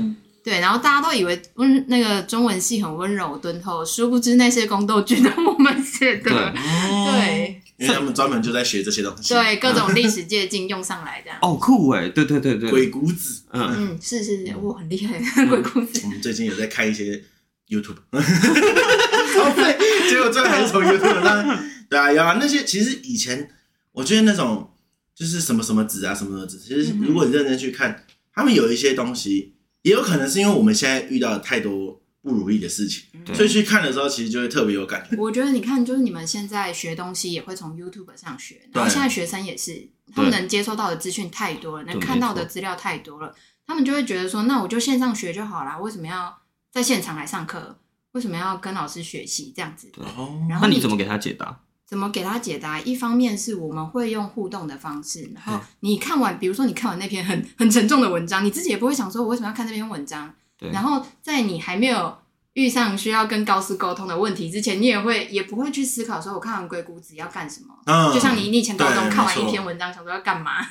[SPEAKER 3] 对，然后大家都以为温那个中文系很温柔敦厚，殊不知那些宫斗剧都我们写的，
[SPEAKER 1] 对哦
[SPEAKER 3] 对
[SPEAKER 2] 因为他们专门就在学这些东西。
[SPEAKER 3] 对，各
[SPEAKER 1] 嗯
[SPEAKER 3] 种历史借鉴用上来这样。
[SPEAKER 1] 哦酷哎，对对对对，
[SPEAKER 2] 鬼谷子，
[SPEAKER 1] 嗯，
[SPEAKER 3] 嗯，是是是，我很厉害， 鬼故事
[SPEAKER 2] 我。们最近有在看一些 YouTube，超费，结果最后还是从 YouTube 上。对啊，有啊，那些其实以前我觉得那种就是什么什么子啊，什么什么子，其实
[SPEAKER 3] 嗯哼
[SPEAKER 2] 如果你认真去看，他们有一些东西，也有可能是因为我们现在遇到了太多不如意的事情，
[SPEAKER 1] 对
[SPEAKER 3] 嗯
[SPEAKER 2] 所以去看的时候其实就会特别有感觉。
[SPEAKER 3] 我觉得你看，就是你们现在学东西也会从 YouTube 上学，然后
[SPEAKER 2] 对
[SPEAKER 3] 现在学生也是，他们能接收到的资讯太多了，能
[SPEAKER 1] 对
[SPEAKER 3] 看到的
[SPEAKER 1] 没错
[SPEAKER 3] 资料太多了，他们就会觉得说，那我就线上学就好啦，为什么要在现场来上课？为什么要跟老师学习这样子？
[SPEAKER 2] 哦
[SPEAKER 3] 然后
[SPEAKER 1] 那你怎么给他解答？
[SPEAKER 3] 怎么给他解答？一方面是我们会用互动的方式，然后你看完，比如说你看完那篇很 很沉重的文章，你自己也不会想说我为什么要看这篇文章。
[SPEAKER 1] 对
[SPEAKER 3] 然后在你还没有遇上需要跟高斯沟通的问题之前，你也会也不会去思考说我看完硅谷子要干什么。
[SPEAKER 2] 嗯
[SPEAKER 3] 就像你你以前高
[SPEAKER 2] 对
[SPEAKER 3] 中看
[SPEAKER 2] 没
[SPEAKER 3] 完
[SPEAKER 2] 错
[SPEAKER 3] 一篇文章，想说要干嘛？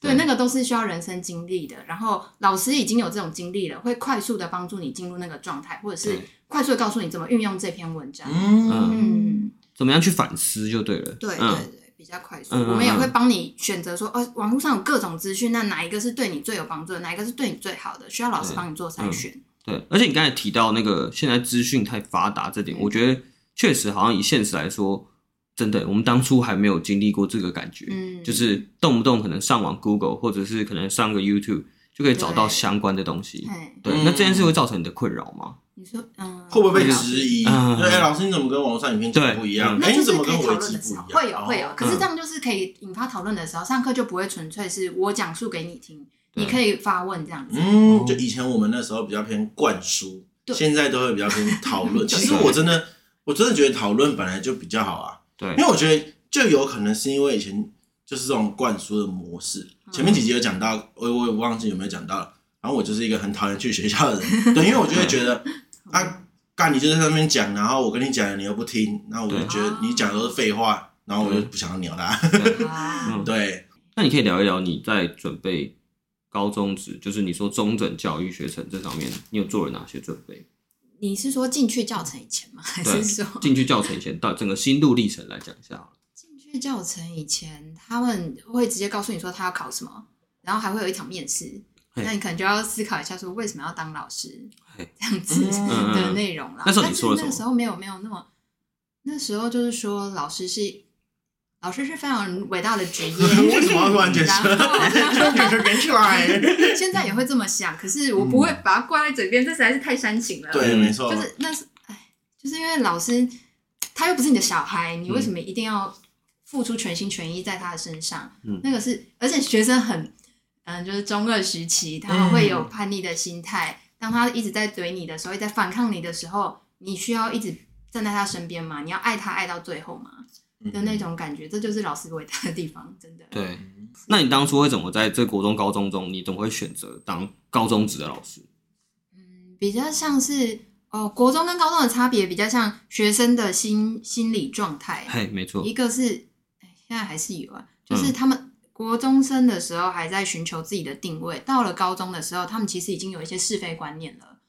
[SPEAKER 1] 对
[SPEAKER 3] 对，那个都是需要人生经历的。然后老师已经有这种经历了，会快速的帮助你进入那个状态，或者是
[SPEAKER 1] 对
[SPEAKER 3] 快速的告诉你怎么运用这篇文章。
[SPEAKER 2] 嗯，
[SPEAKER 3] 嗯
[SPEAKER 1] 怎么样去反思就对了。
[SPEAKER 3] 对对
[SPEAKER 1] 嗯，
[SPEAKER 3] 对，比较快速。
[SPEAKER 1] 嗯嗯
[SPEAKER 3] 我们也
[SPEAKER 1] 嗯
[SPEAKER 3] 会帮你选择说，哦，网络上有各种资讯，那哪一个是对你最有帮助的，哪一个是对你最好的，需要老师
[SPEAKER 1] 对
[SPEAKER 3] 帮你做筛选。
[SPEAKER 1] 对，而且你刚才提到那个现在资讯太发达这点，我觉得确实好像以现实来说，真的我们当初还没有经历过这个感觉，
[SPEAKER 3] 嗯
[SPEAKER 1] 就是动不动可能上网 Google 或者是可能上个 YouTube 就可以找到
[SPEAKER 3] 对
[SPEAKER 1] 相关的东西。
[SPEAKER 3] 哎，
[SPEAKER 1] 对，
[SPEAKER 2] 嗯
[SPEAKER 1] 那这件事会造成你的困扰吗？
[SPEAKER 3] 你说，嗯，
[SPEAKER 2] 会不会被
[SPEAKER 3] 老师
[SPEAKER 2] 质疑？
[SPEAKER 1] 嗯
[SPEAKER 2] 对，哎，老师你怎么跟网络上影片讲不一样？
[SPEAKER 1] 对
[SPEAKER 3] 嗯那
[SPEAKER 2] 哎，
[SPEAKER 3] 就
[SPEAKER 2] 你
[SPEAKER 3] 是
[SPEAKER 2] 怎么
[SPEAKER 3] 可
[SPEAKER 2] 跟
[SPEAKER 3] 以
[SPEAKER 2] 我的
[SPEAKER 3] 讨论
[SPEAKER 2] 鸡
[SPEAKER 3] 的时
[SPEAKER 2] 不
[SPEAKER 3] 候
[SPEAKER 2] 一样？哦
[SPEAKER 3] 会有会有，可是
[SPEAKER 1] 嗯
[SPEAKER 3] 这样就是可以引发讨论的时候，上课就不会纯粹是我讲述给你听，
[SPEAKER 1] 对
[SPEAKER 3] 你可以发问这样子。
[SPEAKER 2] 嗯，就以前我们那时候比较偏灌输，
[SPEAKER 3] 对
[SPEAKER 2] 现在都会比较偏讨论。
[SPEAKER 3] 就
[SPEAKER 2] 其
[SPEAKER 3] 是
[SPEAKER 2] 实我真的我真的觉得讨论本来就比较好啊，
[SPEAKER 1] 对
[SPEAKER 2] 因为我觉得就有可能是因为以前就是这种灌输的模式，前面几集有讲到，我我也忘记有没有讲到了。然后我就是一个很讨厌去学校的人，对，因为我就会觉得啊，干你就在那边讲，然后我跟你讲了你又不听，那我就
[SPEAKER 1] 对
[SPEAKER 2] 觉得你讲的都是废话，然后我就不想要鸟他。
[SPEAKER 3] 啊，
[SPEAKER 1] 嗯
[SPEAKER 2] 对，
[SPEAKER 1] 那你可以聊一聊你在准备高中职，就是你说中等教育学程这方面，你有做了哪些准备？
[SPEAKER 3] 你是说进去教程以前吗？还
[SPEAKER 1] 对
[SPEAKER 3] 是说
[SPEAKER 1] 进去教程以前，到整个心路历程来讲一下好了。
[SPEAKER 3] 进去教程以前，他们会直接告诉你说他要考什么，然后还会有一场面试，
[SPEAKER 1] 嘿
[SPEAKER 3] 那你可能就要思考一下说为什么要当老师
[SPEAKER 1] 嘿
[SPEAKER 3] 这样子
[SPEAKER 2] 嗯，
[SPEAKER 3] 的内容啦。
[SPEAKER 1] 那时候
[SPEAKER 3] 但
[SPEAKER 1] 你
[SPEAKER 3] 是
[SPEAKER 1] 说了什
[SPEAKER 3] 那
[SPEAKER 1] 么
[SPEAKER 3] 个时候没有没有那么，那时候就是说老师是老师是非常伟大的 职业
[SPEAKER 2] 为什么要 突然解释
[SPEAKER 3] 然后
[SPEAKER 2] 就给起
[SPEAKER 1] 哎
[SPEAKER 2] 来。
[SPEAKER 3] 现在也会这么想，可是我
[SPEAKER 1] 嗯
[SPEAKER 3] 不会把它挂在嘴边，这实在是太煽情了。
[SPEAKER 2] 对，没错
[SPEAKER 3] 就，是那是哎，就是因为老师他又不是你的小孩，你为什么一定要付出全心全意在他的身上？
[SPEAKER 1] 嗯
[SPEAKER 3] 那个是，而且学生很，嗯、就是中二时期，他们会有
[SPEAKER 1] 嗯
[SPEAKER 3] 叛逆的心态。当他一直在怼你的时候，一直在反抗你的时候，你需要一直站在他身边嘛？你要爱他爱到最后嘛
[SPEAKER 1] 嗯
[SPEAKER 3] 的那种感觉，这就是老师伟大的地方，真的。
[SPEAKER 1] 对，那你当初会怎么在这国中、高中中，你怎么会选择当高中职的老师？
[SPEAKER 3] 嗯，比较像是哦，国中跟高中的差别比较像学生的心心理状态。啊
[SPEAKER 1] 嘿，没错
[SPEAKER 3] 一，个是哎现在还是有啊，就是
[SPEAKER 1] 嗯
[SPEAKER 3] 他们国中生的时候还在寻求自己的定位，到了高中的时候，他们其实已经有一些是非观念了，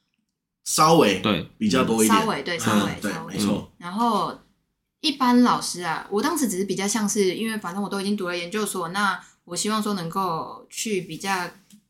[SPEAKER 2] 稍微
[SPEAKER 1] 对，
[SPEAKER 2] 比较多一点，
[SPEAKER 3] 稍微对
[SPEAKER 2] 嗯
[SPEAKER 3] 稍微、
[SPEAKER 2] 对
[SPEAKER 3] 稍，微
[SPEAKER 2] 没。错，
[SPEAKER 3] 然后一般老师啊，我当时只是比较像是，因为反正我都已经读了研究所，那我希望说能够去比较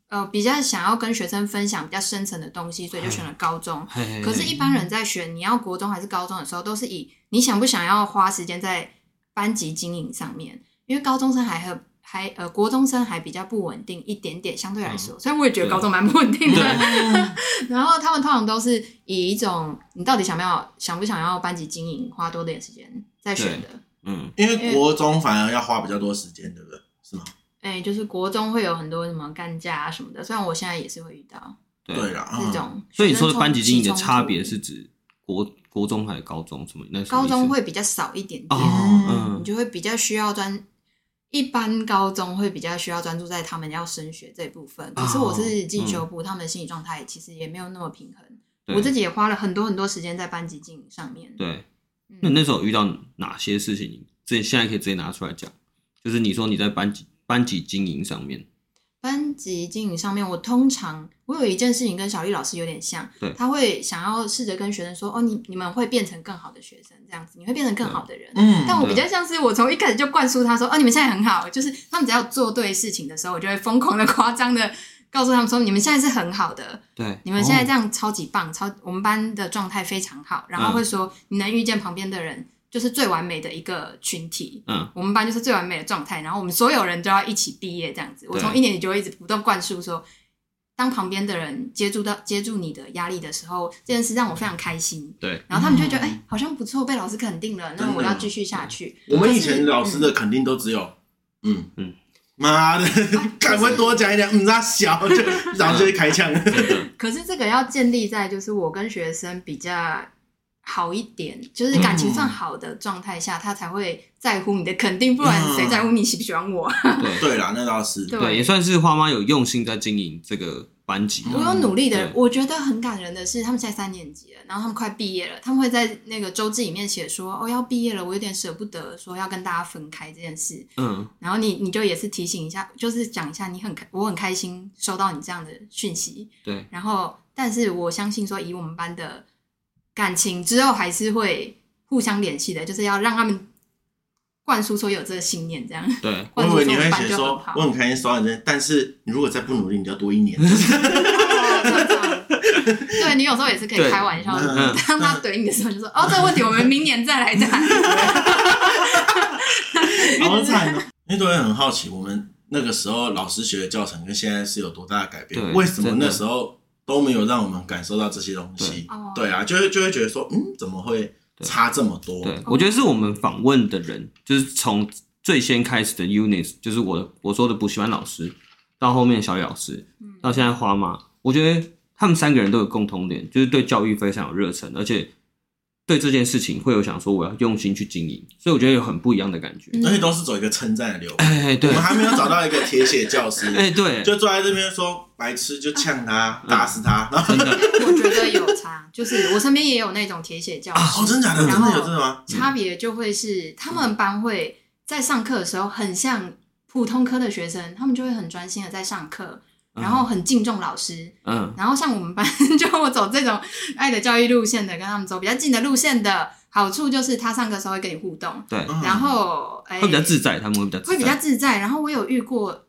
[SPEAKER 3] 呃比较想要跟学生分享比较深层的东西，所以就选了高中。
[SPEAKER 1] 嘿嘿嘿
[SPEAKER 3] 可是，一般人在选你要国中还是高中的时候，都是以你想不想要花时间在班级经营上面，因为高中生还很还呃，国中生还比较不稳定一点点，相对来
[SPEAKER 1] 嗯
[SPEAKER 3] 说，所以我也觉得
[SPEAKER 1] 对
[SPEAKER 3] 高中蛮不稳定的。
[SPEAKER 2] 嗯
[SPEAKER 3] 然后他们通常都是以一种你到底想不要想不想要班级经营，花多点时间在选的。
[SPEAKER 1] 嗯，
[SPEAKER 2] 因为国中反而要花比较多时间，对不对？是吗？
[SPEAKER 3] 哎、就是国中会有很多什么干架啊什么的，虽然我现在也是会遇到
[SPEAKER 1] 对。
[SPEAKER 2] 对啦，
[SPEAKER 3] 这
[SPEAKER 2] 嗯
[SPEAKER 3] 种。
[SPEAKER 1] 啊所以你说的班级经营的
[SPEAKER 3] 冲突
[SPEAKER 1] 差别是指国国中还是高中？什么？那什么
[SPEAKER 3] 高
[SPEAKER 1] 意思
[SPEAKER 3] 中会比较少一点点，
[SPEAKER 1] 哦，
[SPEAKER 3] 你
[SPEAKER 1] 嗯，
[SPEAKER 3] 就会比较需要专，一般高中会比较需要专注在他们要升学这部
[SPEAKER 1] 哦
[SPEAKER 3] 分。可是我是进修部，他们的心理状态其实也没有那么平衡。
[SPEAKER 1] 嗯对
[SPEAKER 3] 我自己也花了很多很多时间在班级经营上面。
[SPEAKER 1] 对。
[SPEAKER 3] 嗯，
[SPEAKER 1] 那你那时候有遇到哪些事情？你这现在可以直接拿出来讲，就是你说你在班级班级经营上面，
[SPEAKER 3] 班级经营上面，我通常我有一件事情跟小丽老师有点像
[SPEAKER 1] 对，
[SPEAKER 3] 他会想要试着跟学生说：“哦，你你们会变成更好的学生，这样子你会变成更好的人。”
[SPEAKER 2] 嗯
[SPEAKER 3] 但我
[SPEAKER 1] 对
[SPEAKER 3] 比较像是我从一开始就灌输他说：“哦，你们现在很好。”就是他们只要做对事情的时候，我就会疯狂的夸张的告诉他们说：“你们现在是很好的，
[SPEAKER 1] 对，
[SPEAKER 3] 你们现在这
[SPEAKER 1] 样，
[SPEAKER 3] 样超级棒，超我们班的状态非常好。”然后会说：“你能遇见旁边的人，就是最完美的一个群体。”
[SPEAKER 1] 嗯，
[SPEAKER 3] 我们班就是最完美的状态，然后我们所有人都要一起毕业这样子。我
[SPEAKER 1] 对
[SPEAKER 3] 从一年级就会一直不断灌输说，当旁边的人接触到接住你的压力的时候，这件事让我非常开心。
[SPEAKER 1] 对，
[SPEAKER 3] 然后他们就会觉得，哎、好像不错，被老师肯定了，那我要继续下去。
[SPEAKER 2] 我们以
[SPEAKER 3] 可
[SPEAKER 2] 前
[SPEAKER 3] 是
[SPEAKER 2] 老师的肯定都只有，嗯
[SPEAKER 1] 嗯，
[SPEAKER 2] 妈的，
[SPEAKER 3] 可
[SPEAKER 2] 赶
[SPEAKER 3] 啊是
[SPEAKER 2] 快多讲一点，嗯，他小就然后就会开枪，
[SPEAKER 1] 嗯
[SPEAKER 3] 可是这个要建立在就是我跟学生比较好一点，就是感情算好的状态下，他才会在乎你的肯定，不然谁在乎你喜不喜欢我？
[SPEAKER 1] 对，
[SPEAKER 2] 对啦，那倒是，
[SPEAKER 3] 对
[SPEAKER 1] 哦对，也算是花妈有用心在经营这个班级啊
[SPEAKER 3] 我
[SPEAKER 1] 了。
[SPEAKER 3] 有努力的
[SPEAKER 1] 对，
[SPEAKER 3] 我觉得很感人的是，他们现在三年级了，然后他们快毕业了，他们会在那个周记里面写说，哦，要毕业了，我有点舍不得，说要跟大家分开这件事。
[SPEAKER 1] 嗯，
[SPEAKER 3] 然后你你就也是提醒一下，就是讲一下，你很开，我很开心收到你这样的讯息，
[SPEAKER 1] 对，
[SPEAKER 3] 然后但是我相信说，以我们班的感情之后还是会互相联系的，就是要让他们灌输说有这个信念，这样。
[SPEAKER 1] 对，
[SPEAKER 2] 我以为你会
[SPEAKER 3] 灌输
[SPEAKER 2] 写
[SPEAKER 3] 说
[SPEAKER 2] 说
[SPEAKER 3] 我们班就很好
[SPEAKER 2] 我很开心收到你这，但是你如果再不努力，你就要多一 年。
[SPEAKER 3] 哦对你有时候也是可以
[SPEAKER 1] 对
[SPEAKER 3] 开玩笑的
[SPEAKER 1] 嗯，
[SPEAKER 3] 当他怼你的时候就说：“哦，这个问题我们明年再来谈。
[SPEAKER 2] 好惨哦！ 因为都会很好奇，我们那个时候老师学的教程跟现在是有多大的改变？
[SPEAKER 1] 对
[SPEAKER 2] 为什么
[SPEAKER 1] 真的
[SPEAKER 2] 那时候都没有让我们感受到这些东西
[SPEAKER 3] 对哦？
[SPEAKER 2] 对啊，就会就会觉得说，嗯，怎么会差这么多？
[SPEAKER 1] 对，我觉得是我们访问的人，就是从最先开始的 Unis，就是我的我说的补习班老师，到后面小李老师，
[SPEAKER 3] 嗯
[SPEAKER 1] 到现在花妈，我觉得他们三个人都有共同点，就是对教育非常有热忱，而且对这件事情会有想说我要用心去经营，所以我觉得有很不一样的感觉。
[SPEAKER 3] 嗯
[SPEAKER 2] 而且都是走一个称赞的流派。
[SPEAKER 1] 哎、
[SPEAKER 2] 我
[SPEAKER 1] 对，
[SPEAKER 2] 们
[SPEAKER 1] 哎、
[SPEAKER 2] 还没有找到一个铁血教师，
[SPEAKER 1] 对，嗯
[SPEAKER 2] 就坐在这边说白痴就呛他，打死他，然后
[SPEAKER 1] 真的，
[SPEAKER 3] 我觉得有差，就是我身边也有那种铁血教
[SPEAKER 2] 啊，
[SPEAKER 3] 师，
[SPEAKER 2] 哦，真的假
[SPEAKER 1] 嗯
[SPEAKER 2] 的？
[SPEAKER 3] 然
[SPEAKER 2] 真
[SPEAKER 3] 后
[SPEAKER 2] 的有真的吗？
[SPEAKER 3] 差别就会是他们班会在上课的时候很像普通科的学生，他们就会很专心的在上课，
[SPEAKER 1] 嗯
[SPEAKER 3] 然后很敬重老师。
[SPEAKER 1] 嗯，
[SPEAKER 3] 然后像我们班 就我走这种爱的教育路线的，跟他们走比较近的路线的好处就是他上课的时候会跟你互动，
[SPEAKER 1] 对，
[SPEAKER 2] 嗯
[SPEAKER 3] 然后哎
[SPEAKER 1] 会比较自在，他们会比较自
[SPEAKER 3] 会比较
[SPEAKER 1] 在，
[SPEAKER 3] 自在。然后我有遇过，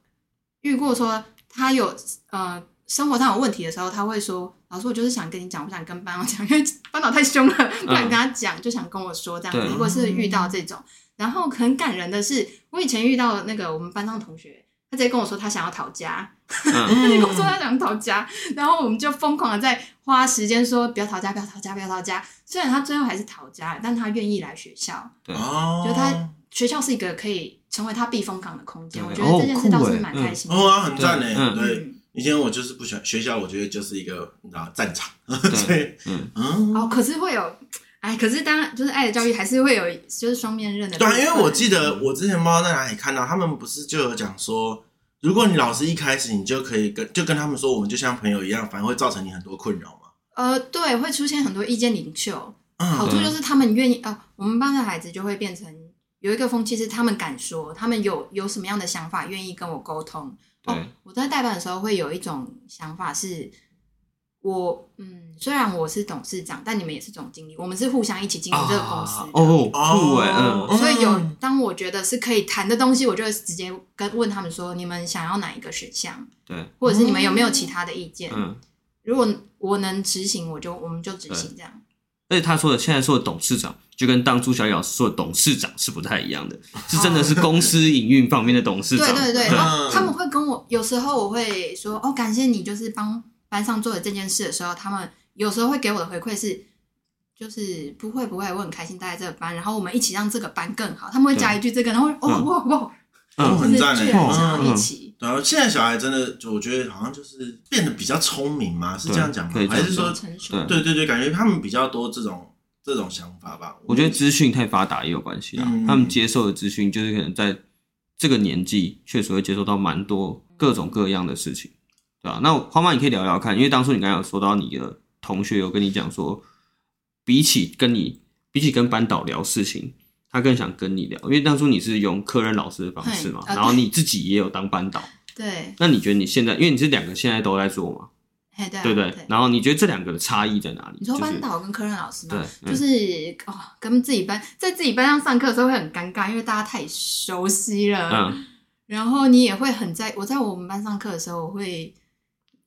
[SPEAKER 3] 遇过说他有呃生活上有问题的时候，他会说：“老师，我就是想跟你讲，我不想跟 班长讲，因为班长太凶了，不想跟他讲，就想跟我说这样子。”
[SPEAKER 1] 对
[SPEAKER 3] 如果是遇到这种，然后很感人的是，我以前遇到那个我们班上同学，他直接跟我说他想要逃家，
[SPEAKER 1] 嗯，
[SPEAKER 3] 他就
[SPEAKER 2] 嗯
[SPEAKER 3] 跟我说他想逃家，然后我们就疯狂的在花时间说不要逃家，不要逃家，不要逃家。虽然他最后还是逃家了，但他愿意来学校。
[SPEAKER 2] 哦，
[SPEAKER 3] 就他学校是一个可以成为他避风港的空间，
[SPEAKER 1] 对
[SPEAKER 3] 我觉得这件事倒是蛮
[SPEAKER 1] 哦酷欸
[SPEAKER 3] 开心的。
[SPEAKER 2] 哦啊，很欸赞
[SPEAKER 1] 对嗯
[SPEAKER 2] 呢。对，
[SPEAKER 3] 嗯，
[SPEAKER 2] 以前我就是不喜欢学校，我觉得就是一个你知道战场，
[SPEAKER 1] 对
[SPEAKER 2] 所以
[SPEAKER 1] 嗯
[SPEAKER 2] 嗯，
[SPEAKER 3] 哦，可是会有，哎，可是当然就是爱的教育还是会有，就是双面刃的嗯部
[SPEAKER 2] 对
[SPEAKER 3] 分。
[SPEAKER 2] 啊，因为我记得我之前不知道在哪里看到，他们不是就有讲说，如果你老师一开始你就可以跟就跟他们说，我们就像朋友一样，反而会造成你很多困扰嘛。
[SPEAKER 3] 呃，对，会出现很多意见领袖，好
[SPEAKER 2] 嗯，
[SPEAKER 3] 处就是他们愿意哦，我们班的孩子就会变成有一个风气是他们敢说，他们有有什么样的想法，愿意跟我沟通。
[SPEAKER 1] 对
[SPEAKER 3] 哦，我在代班的时候会有一种想法是。我嗯，虽然我是董事长，但你们也是总经理，我们是互相一起经营这个公司的。
[SPEAKER 1] 啊哦，酷哎，
[SPEAKER 2] 哦
[SPEAKER 1] 嗯，
[SPEAKER 3] 所以有
[SPEAKER 2] 嗯
[SPEAKER 3] 当我觉得是可以谈的东西，我就会直接跟问他们说，你们想要哪一个选项，
[SPEAKER 1] 对，
[SPEAKER 3] 或者是你们有没有其他的意见？
[SPEAKER 1] 嗯。
[SPEAKER 3] 如果我能执行，我就我们就执行这样。
[SPEAKER 1] 而且他说的现在说的董事长，就跟当初小野老师说的董事长是不太一样的，是真的是公司营运方面的董事
[SPEAKER 3] 对
[SPEAKER 1] 长。
[SPEAKER 3] 对对，
[SPEAKER 2] 嗯
[SPEAKER 3] 然后他们会跟我，有时候我会说，哦，感谢你，就是帮班上做的这件事的时候，他们有时候会给我的回馈是。就是不会不会，我很开心待在这个班，然后我们一起让这个班更好。他们会加一句这个，然后哦
[SPEAKER 1] 嗯
[SPEAKER 3] 哇哇，
[SPEAKER 2] 哦
[SPEAKER 1] 嗯，
[SPEAKER 2] 很赞
[SPEAKER 3] 就
[SPEAKER 2] 欸
[SPEAKER 3] 是居然想要
[SPEAKER 1] 嗯
[SPEAKER 3] 一起，
[SPEAKER 2] 然啊后现在小孩真的，就我觉得好像就是变得比较聪明嘛，是这样讲吗
[SPEAKER 1] 对？可以
[SPEAKER 2] 还是
[SPEAKER 1] 这
[SPEAKER 2] 说
[SPEAKER 1] 样，
[SPEAKER 3] 成熟。
[SPEAKER 1] 对
[SPEAKER 2] 对对对，感觉他们比较多这种这种想法吧？
[SPEAKER 1] 我觉得资讯太发达也有关系啦。
[SPEAKER 2] 嗯
[SPEAKER 1] 他们接受的资讯就是可能在这个年纪，确实会接受到蛮多各种各样的事情，对吧、那花妈，你可以聊聊看，因为当初你刚才有说到你的同学有跟你讲说，比起跟你，比起跟班导聊事情。他更想跟你聊，因为当初你是用科任老师的方式嘛，
[SPEAKER 3] 嘿啊
[SPEAKER 1] 然后你自己也有当班导，
[SPEAKER 3] 对，
[SPEAKER 1] 那你觉得你现在，因为你是两个现在都在做嘛，
[SPEAKER 3] 嘿对啊
[SPEAKER 1] 对不对
[SPEAKER 3] 对？
[SPEAKER 1] 然后你觉得这两个的差异在哪里？
[SPEAKER 3] 你说班
[SPEAKER 1] 就是
[SPEAKER 3] 导跟科任老师吗？
[SPEAKER 1] 对，嗯
[SPEAKER 3] 就是哦，跟自己班在自己班上上课的时候会很尴尬，因为大家太熟悉了。
[SPEAKER 1] 嗯
[SPEAKER 3] 然后你也会很在我在我们班上课的时候，我会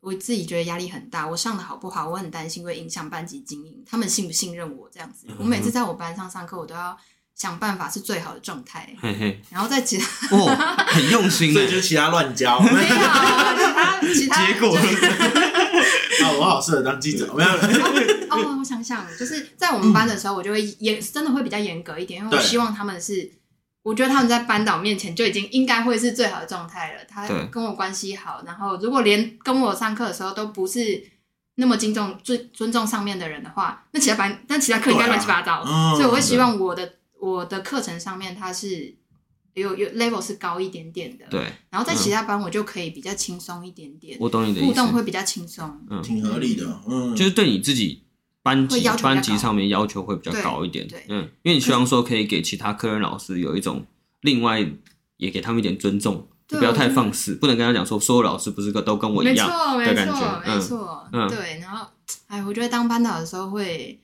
[SPEAKER 3] 我自己觉得压力很大，我上的好不好，我很担心会影响班级经营，他们信不信任我这样子。
[SPEAKER 1] 嗯
[SPEAKER 3] 我每次在我班上上课，我都要想办法是最好的状态，
[SPEAKER 1] 嘿嘿，
[SPEAKER 3] 然后在 其他
[SPEAKER 1] 哦，很用心
[SPEAKER 2] 所以
[SPEAKER 1] 欸，
[SPEAKER 2] 就其他乱教，
[SPEAKER 3] 没有啊其他其他
[SPEAKER 2] 结果
[SPEAKER 3] 就
[SPEAKER 2] 啊，我好适合当记者，没有，
[SPEAKER 3] 哦，我想想，就是在我们班的时候，我就会严，真的会比较严格一点，因为我
[SPEAKER 2] 对
[SPEAKER 3] 希望他们是，我觉得他们在班导面前就已经应该会是最好的状态了。他
[SPEAKER 1] 对
[SPEAKER 3] 跟我关系好，然后如果连跟我上课的时候都不是那么敬重、尊尊重上面的人的话，那其他班、那其他课应该乱七八糟。
[SPEAKER 2] 嗯，
[SPEAKER 3] 所以我会希望我的我的课程上面它是有有 level 是高一点点的，
[SPEAKER 1] 对，
[SPEAKER 2] 嗯
[SPEAKER 3] 然后在其他班我就可以比较轻松一点点，
[SPEAKER 1] 我懂你的意
[SPEAKER 3] 互动
[SPEAKER 1] 思，
[SPEAKER 3] 会比较轻松。
[SPEAKER 2] 挺合理的，嗯，
[SPEAKER 1] 就是对你自己班
[SPEAKER 3] 会
[SPEAKER 1] 级
[SPEAKER 3] 要求比较
[SPEAKER 1] 班级
[SPEAKER 3] 高
[SPEAKER 1] 上面要求会比较
[SPEAKER 3] 对
[SPEAKER 1] 高一点
[SPEAKER 3] 对，
[SPEAKER 1] 嗯，因为你希望说可以给其他科任老师有一种另外也给他们一点尊重，就
[SPEAKER 3] 对
[SPEAKER 1] 不要
[SPEAKER 3] 我觉
[SPEAKER 1] 太
[SPEAKER 3] 得
[SPEAKER 1] 放肆，不能跟他讲说所有老师不是个都跟我一
[SPEAKER 3] 没
[SPEAKER 1] 样，
[SPEAKER 3] 错，没
[SPEAKER 1] 的感
[SPEAKER 3] 错，
[SPEAKER 1] 觉
[SPEAKER 3] 没错，
[SPEAKER 1] 嗯嗯
[SPEAKER 3] 对。然后，哎，我觉得当班导的时候会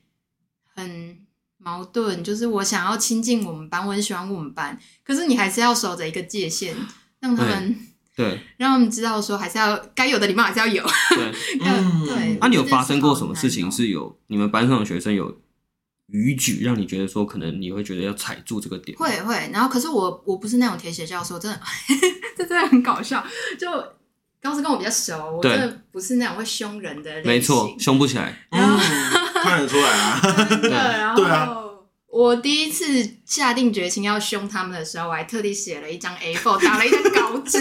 [SPEAKER 3] 很矛盾，就是我想要亲近我们班，我很喜欢我们班，可是你还是要守着一个界限，让他们
[SPEAKER 1] 对
[SPEAKER 3] 让他们知道说，还是要该有的礼貌还是要有。
[SPEAKER 1] 对。
[SPEAKER 2] 嗯
[SPEAKER 1] 那、
[SPEAKER 3] 对，这
[SPEAKER 1] 啊你有
[SPEAKER 3] 件
[SPEAKER 1] 发
[SPEAKER 3] 事
[SPEAKER 1] 生过
[SPEAKER 3] 好
[SPEAKER 1] 什么
[SPEAKER 3] 难
[SPEAKER 1] 事情
[SPEAKER 3] 哦
[SPEAKER 1] 是有你们班上的学生有逾矩，让你觉得说可能你会觉得要踩住这个点？
[SPEAKER 3] 会会，然后可是我我不是那种铁血教授，真的， 这真的很搞笑。就高师跟我比较熟，我
[SPEAKER 1] 对
[SPEAKER 3] 真的不是那种会凶人的类型。
[SPEAKER 1] 没错，凶不起来。
[SPEAKER 2] 嗯，看得出来 啊，
[SPEAKER 3] 真的，然后
[SPEAKER 2] 对啊
[SPEAKER 3] 我第一次下定决心要凶他们的时候，我还特地写了一张 A4，打了一张稿 纸。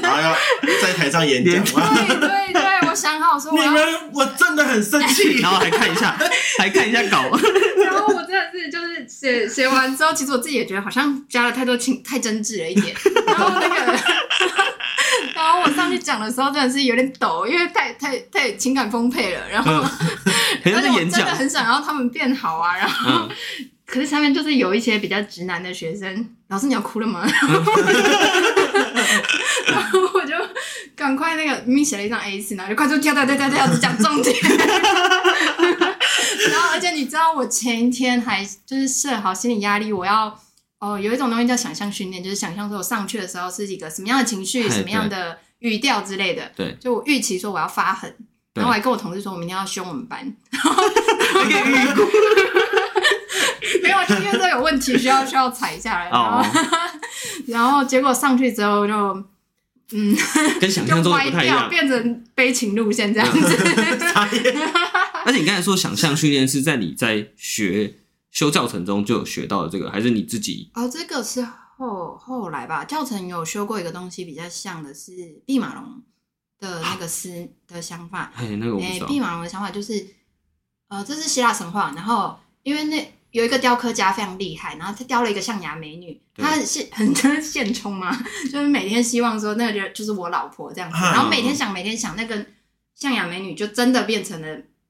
[SPEAKER 2] 然后要在台上演讲吗？
[SPEAKER 3] 对对对，我想好说我
[SPEAKER 2] 你
[SPEAKER 3] 要，
[SPEAKER 2] 们，我真的很生气
[SPEAKER 1] 然。后还看一下，还看一下稿，
[SPEAKER 3] 然后我真写写完之后，其实我自己也觉得好像加了太多情，太真挚了一 点。然后那个， 然后我上去讲的时候真的是有点抖，因为太太太情感丰沛了。然后，
[SPEAKER 1] 嗯，很像
[SPEAKER 3] 而且
[SPEAKER 1] 在
[SPEAKER 3] 我
[SPEAKER 1] 演
[SPEAKER 3] 真的
[SPEAKER 1] 讲，
[SPEAKER 3] 很想要他们变好啊。然后，
[SPEAKER 1] 嗯，
[SPEAKER 3] 可是下面就是有一些比较直男的学生，老师你要哭了 吗？然后我就赶快那个明明写了一张 A 四，然后就快速跳跳跳跳跳，只讲重点。 然后而且你知道，我前一天还就是设好心理压力，我要哦有一种东西叫想象训练，就是想象说我上去的时候是一个什么样的情绪、
[SPEAKER 1] 嗨
[SPEAKER 3] 什么样的语调之类的。
[SPEAKER 1] 对，
[SPEAKER 3] 就我预期说我要发狠，
[SPEAKER 1] 对
[SPEAKER 3] 然后我还跟我同事说我明天要凶我们班。没有，就因为这有问题，需 要需要踩下来。然后
[SPEAKER 1] 哦，
[SPEAKER 3] 然后结果上去之后就，嗯，
[SPEAKER 1] 跟想象
[SPEAKER 3] 就
[SPEAKER 1] 中的
[SPEAKER 3] 歪
[SPEAKER 1] 不太一
[SPEAKER 3] 掉，
[SPEAKER 1] 样。嗯
[SPEAKER 3] 变成悲情路线这样子。
[SPEAKER 2] 傻眼
[SPEAKER 1] 而且你刚才说想象训练是在你在学修教程中就有学到的这个，还是你自己？
[SPEAKER 3] 哦，这个是后后来吧，教程有修过一个东西，比较像的是毕马龙的那个思的想法。
[SPEAKER 1] 哎，那个我不
[SPEAKER 3] 哎
[SPEAKER 1] 知，道。
[SPEAKER 3] 毕马龙的想法就是，呃，这是希腊神话，然后因为那。有一个雕刻家非常厉害，然后他雕了一个象牙美女，
[SPEAKER 1] 对
[SPEAKER 3] 他是很 就是现充嘛， 就是每天希望说那个就是我老婆这样子，
[SPEAKER 2] 嗯
[SPEAKER 3] 然后每天想每天想，那个象牙美女就真的变成了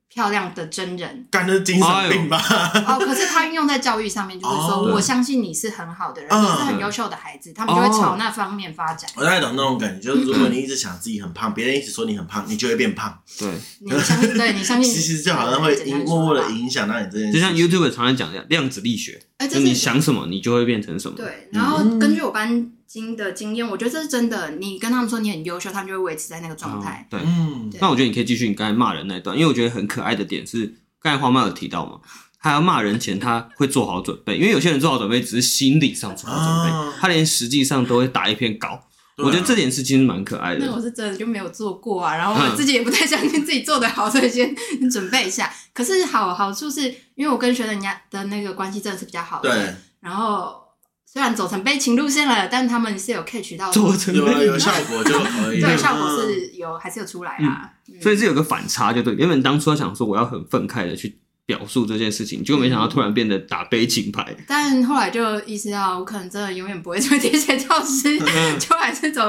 [SPEAKER 3] 漂亮的 真人，
[SPEAKER 2] 感觉精神病吧？
[SPEAKER 1] 哎
[SPEAKER 3] 哦，可是他运用在教育上面，就是说、
[SPEAKER 2] 哦
[SPEAKER 1] 对
[SPEAKER 3] 我相信你是很好的人，
[SPEAKER 2] 嗯哦
[SPEAKER 3] 你是很优秀的孩子，他们就会朝那方面发展。
[SPEAKER 2] 我大概懂那种感觉，就是如果你一直想自己很胖，别人一直说你很胖，你就会变胖。
[SPEAKER 1] 对，
[SPEAKER 3] 你相信，对你相信，
[SPEAKER 2] 其实就好像会
[SPEAKER 3] 简单
[SPEAKER 2] 影
[SPEAKER 3] 说
[SPEAKER 2] 默
[SPEAKER 3] 吧
[SPEAKER 2] 默的影响到你这件
[SPEAKER 1] 嗯就
[SPEAKER 2] 事
[SPEAKER 1] 像
[SPEAKER 2] 情。
[SPEAKER 1] YouTube 常常讲的量子力学，
[SPEAKER 3] 哎，这
[SPEAKER 1] 就你
[SPEAKER 3] 是
[SPEAKER 1] 想什么，你就会变成什么。哦
[SPEAKER 3] 对。然后根据我班经的经验，我觉得这是真的。你跟他们说你很优秀，他们就会维持在那个状态。
[SPEAKER 1] 对，
[SPEAKER 2] 嗯，
[SPEAKER 3] 对
[SPEAKER 1] 那我觉得你可以继续你刚才骂人那一段，因为我觉得很可爱的点是，刚才黄妈有提到嘛，他要骂人前他会做好准备，因为有些人做好准备只是心理上做好准备，
[SPEAKER 2] 啊
[SPEAKER 1] 他连实际上都会打一篇稿。
[SPEAKER 2] 对啊
[SPEAKER 1] 我觉得这点事情是蛮可爱
[SPEAKER 3] 那
[SPEAKER 1] 的。
[SPEAKER 3] 我是真的就没有做过啊，然后
[SPEAKER 1] 嗯
[SPEAKER 3] 我自己也不太相信自己做得好，所以先 准备一下。可是好好处是因为我跟学人家的那个关系真的是比较好的，
[SPEAKER 2] 对，啊
[SPEAKER 3] 然后虽然走成悲情路线了，但他们是有 catch 到
[SPEAKER 1] 做成
[SPEAKER 2] 有 啊了有效果就可以了。
[SPEAKER 3] 对效果是有还是有出来啦。嗯
[SPEAKER 1] 啊所以是有个反差，就对。原本当初他想说我要很愤慨的去表述这件事情，结果没想到
[SPEAKER 2] 嗯
[SPEAKER 1] 突然变得打悲情牌。
[SPEAKER 3] 但后来就意识到，我可能真的永远不会做铁血教师， 就还是走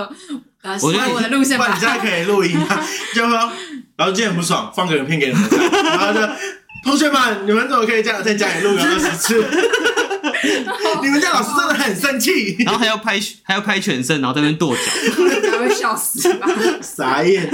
[SPEAKER 3] 呃适
[SPEAKER 1] 嗯我觉得
[SPEAKER 3] 合我的路线
[SPEAKER 2] 不然
[SPEAKER 3] 吧
[SPEAKER 2] 你。现在可以录音 啊，就说，然后今天很不爽，放个影片给你们看，然后就同学们，你们怎么可以这样在家里录个二 十次？ 你们家老师真的很生气，
[SPEAKER 1] 然后还要拍还要拍全身，然后在那边跺脚，
[SPEAKER 3] 应该会笑死 吧？
[SPEAKER 2] 傻眼。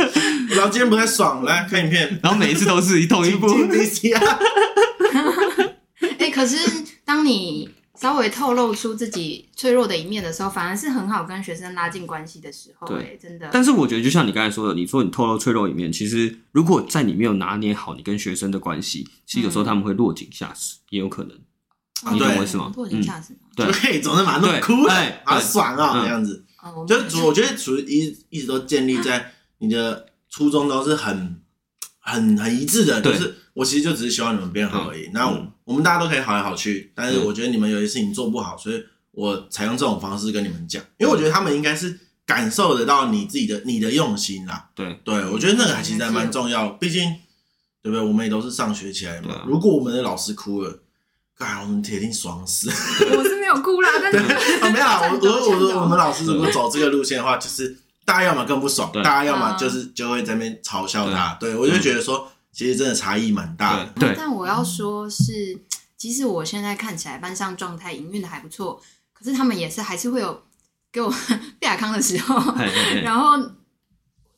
[SPEAKER 2] 然后今天不太爽，来看影片，
[SPEAKER 1] 然后每一次都是一同一
[SPEAKER 2] 进
[SPEAKER 1] 步。
[SPEAKER 2] 进啊 VCR，
[SPEAKER 3] 哎、可是当你稍微透露出自己脆弱的一面的时候，反而是很好跟学生拉近关系的时候、
[SPEAKER 1] 对
[SPEAKER 3] 哎，真的。
[SPEAKER 1] 但是我觉得，就像你刚才说的，你说你透露脆弱一面，其实如果在你没有拿捏好你跟学生的关系，其实有时候他们会落井下石，也有可能。
[SPEAKER 3] 哦
[SPEAKER 2] 你懂
[SPEAKER 1] 我意思吗嗯
[SPEAKER 3] 落井下石吗？
[SPEAKER 1] 对
[SPEAKER 2] 就可以总是把它弄哭
[SPEAKER 1] 对对
[SPEAKER 2] 了，好爽啊，
[SPEAKER 1] 嗯
[SPEAKER 2] 这样子。
[SPEAKER 3] 哦，我们
[SPEAKER 2] 就是主，我觉得主一一直都建立在你的初衷都是很很很一致的，
[SPEAKER 1] 对
[SPEAKER 2] 就是我其实就只是希望你们变好而已。那我
[SPEAKER 1] 嗯
[SPEAKER 2] 我们大家都可以好来好去，但是
[SPEAKER 1] 嗯
[SPEAKER 2] 我觉得你们有些事情做不好，所以我采用这种方式跟你们讲，因为我觉得他们应该是感受得到你自己的你的用心啦。
[SPEAKER 1] 对，
[SPEAKER 2] 对我觉得那个还其实还蛮重要，毕竟对不对？我们也都是上学起来
[SPEAKER 1] 对
[SPEAKER 2] 嘛
[SPEAKER 1] 啊。
[SPEAKER 2] 如果我们的老师哭了，干我们铁定爽死。
[SPEAKER 3] 我是没有哭啦，但是
[SPEAKER 2] 啊，没有啊，我我我我我们老师
[SPEAKER 1] 对
[SPEAKER 2] 如果走这个路线的话，就是大家要么更不爽，
[SPEAKER 1] 对
[SPEAKER 2] 大家要么就是就会在那边嘲笑他。对我就觉得说，其实真的差异蛮大的。
[SPEAKER 1] 对，
[SPEAKER 3] 但我要说是，即使我现在看起来班上状态营运的还不错，可是他们也是还是会有给我 被打康的时候，
[SPEAKER 1] 嘿 嘿嘿
[SPEAKER 3] 然后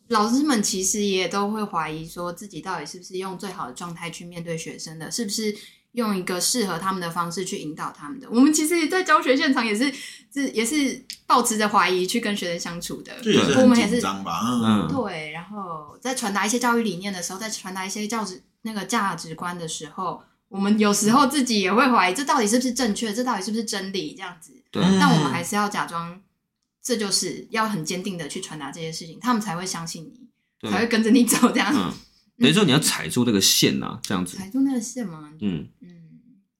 [SPEAKER 3] 老师们其实也都会怀疑说自己到底是不是用最好的状态去面对学生的，是不是用一个适合他们的方式去引导他们的。我们其实，在教学现场也是，是也是抱持着怀疑去跟学生相处的，
[SPEAKER 2] 就也是
[SPEAKER 3] 我
[SPEAKER 2] 很
[SPEAKER 3] 们也是
[SPEAKER 2] 紧张吧，嗯，
[SPEAKER 1] 嗯，
[SPEAKER 3] 对，然后在传达一些教育理念的时候，在传达一些教职那个价值观的时候，我们有时候自己也会怀疑，这到底是不是正确，这到底是不是真理这样子。
[SPEAKER 1] 对
[SPEAKER 2] 嗯
[SPEAKER 3] 但我们还是要假装，这就是要很坚定的去传达这些事情，他们才会相信你，
[SPEAKER 1] 对
[SPEAKER 3] 才会跟着你走这样。
[SPEAKER 1] 嗯，等于说你要踩住那个线啊，这样子，
[SPEAKER 3] 踩住那个线嘛，
[SPEAKER 1] 嗯
[SPEAKER 3] 嗯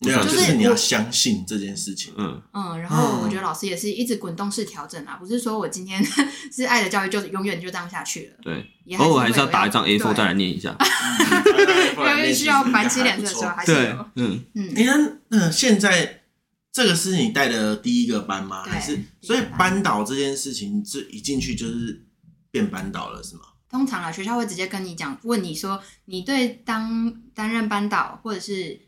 [SPEAKER 2] 对啊，
[SPEAKER 1] 就
[SPEAKER 2] 就是是你要相信这件事情。
[SPEAKER 1] 嗯，
[SPEAKER 3] 嗯，然后我觉得老师也是一直滚动式调整啊，不是说我今天 是爱的教育就永远就这样下去了，
[SPEAKER 1] 对，
[SPEAKER 3] 也
[SPEAKER 1] 偶尔
[SPEAKER 3] 还
[SPEAKER 1] 还是要打一张 A4 再
[SPEAKER 3] 在，
[SPEAKER 1] 来念一下，
[SPEAKER 2] 因
[SPEAKER 3] 啊
[SPEAKER 2] 啊
[SPEAKER 3] 因为需要反击脸色的时候还是
[SPEAKER 1] 对
[SPEAKER 3] 有，
[SPEAKER 1] 嗯，
[SPEAKER 3] 嗯。
[SPEAKER 2] 你看，嗯，现在这个是你带的第一个班吗？
[SPEAKER 3] 对
[SPEAKER 2] 还是
[SPEAKER 3] 第一
[SPEAKER 2] 所
[SPEAKER 3] 个
[SPEAKER 2] 以
[SPEAKER 3] 班
[SPEAKER 2] 班导这件事情，这一进去就是变班导了，是吗？
[SPEAKER 3] 通常啊，学校会直接跟你讲，问你说你对当担任班导或者是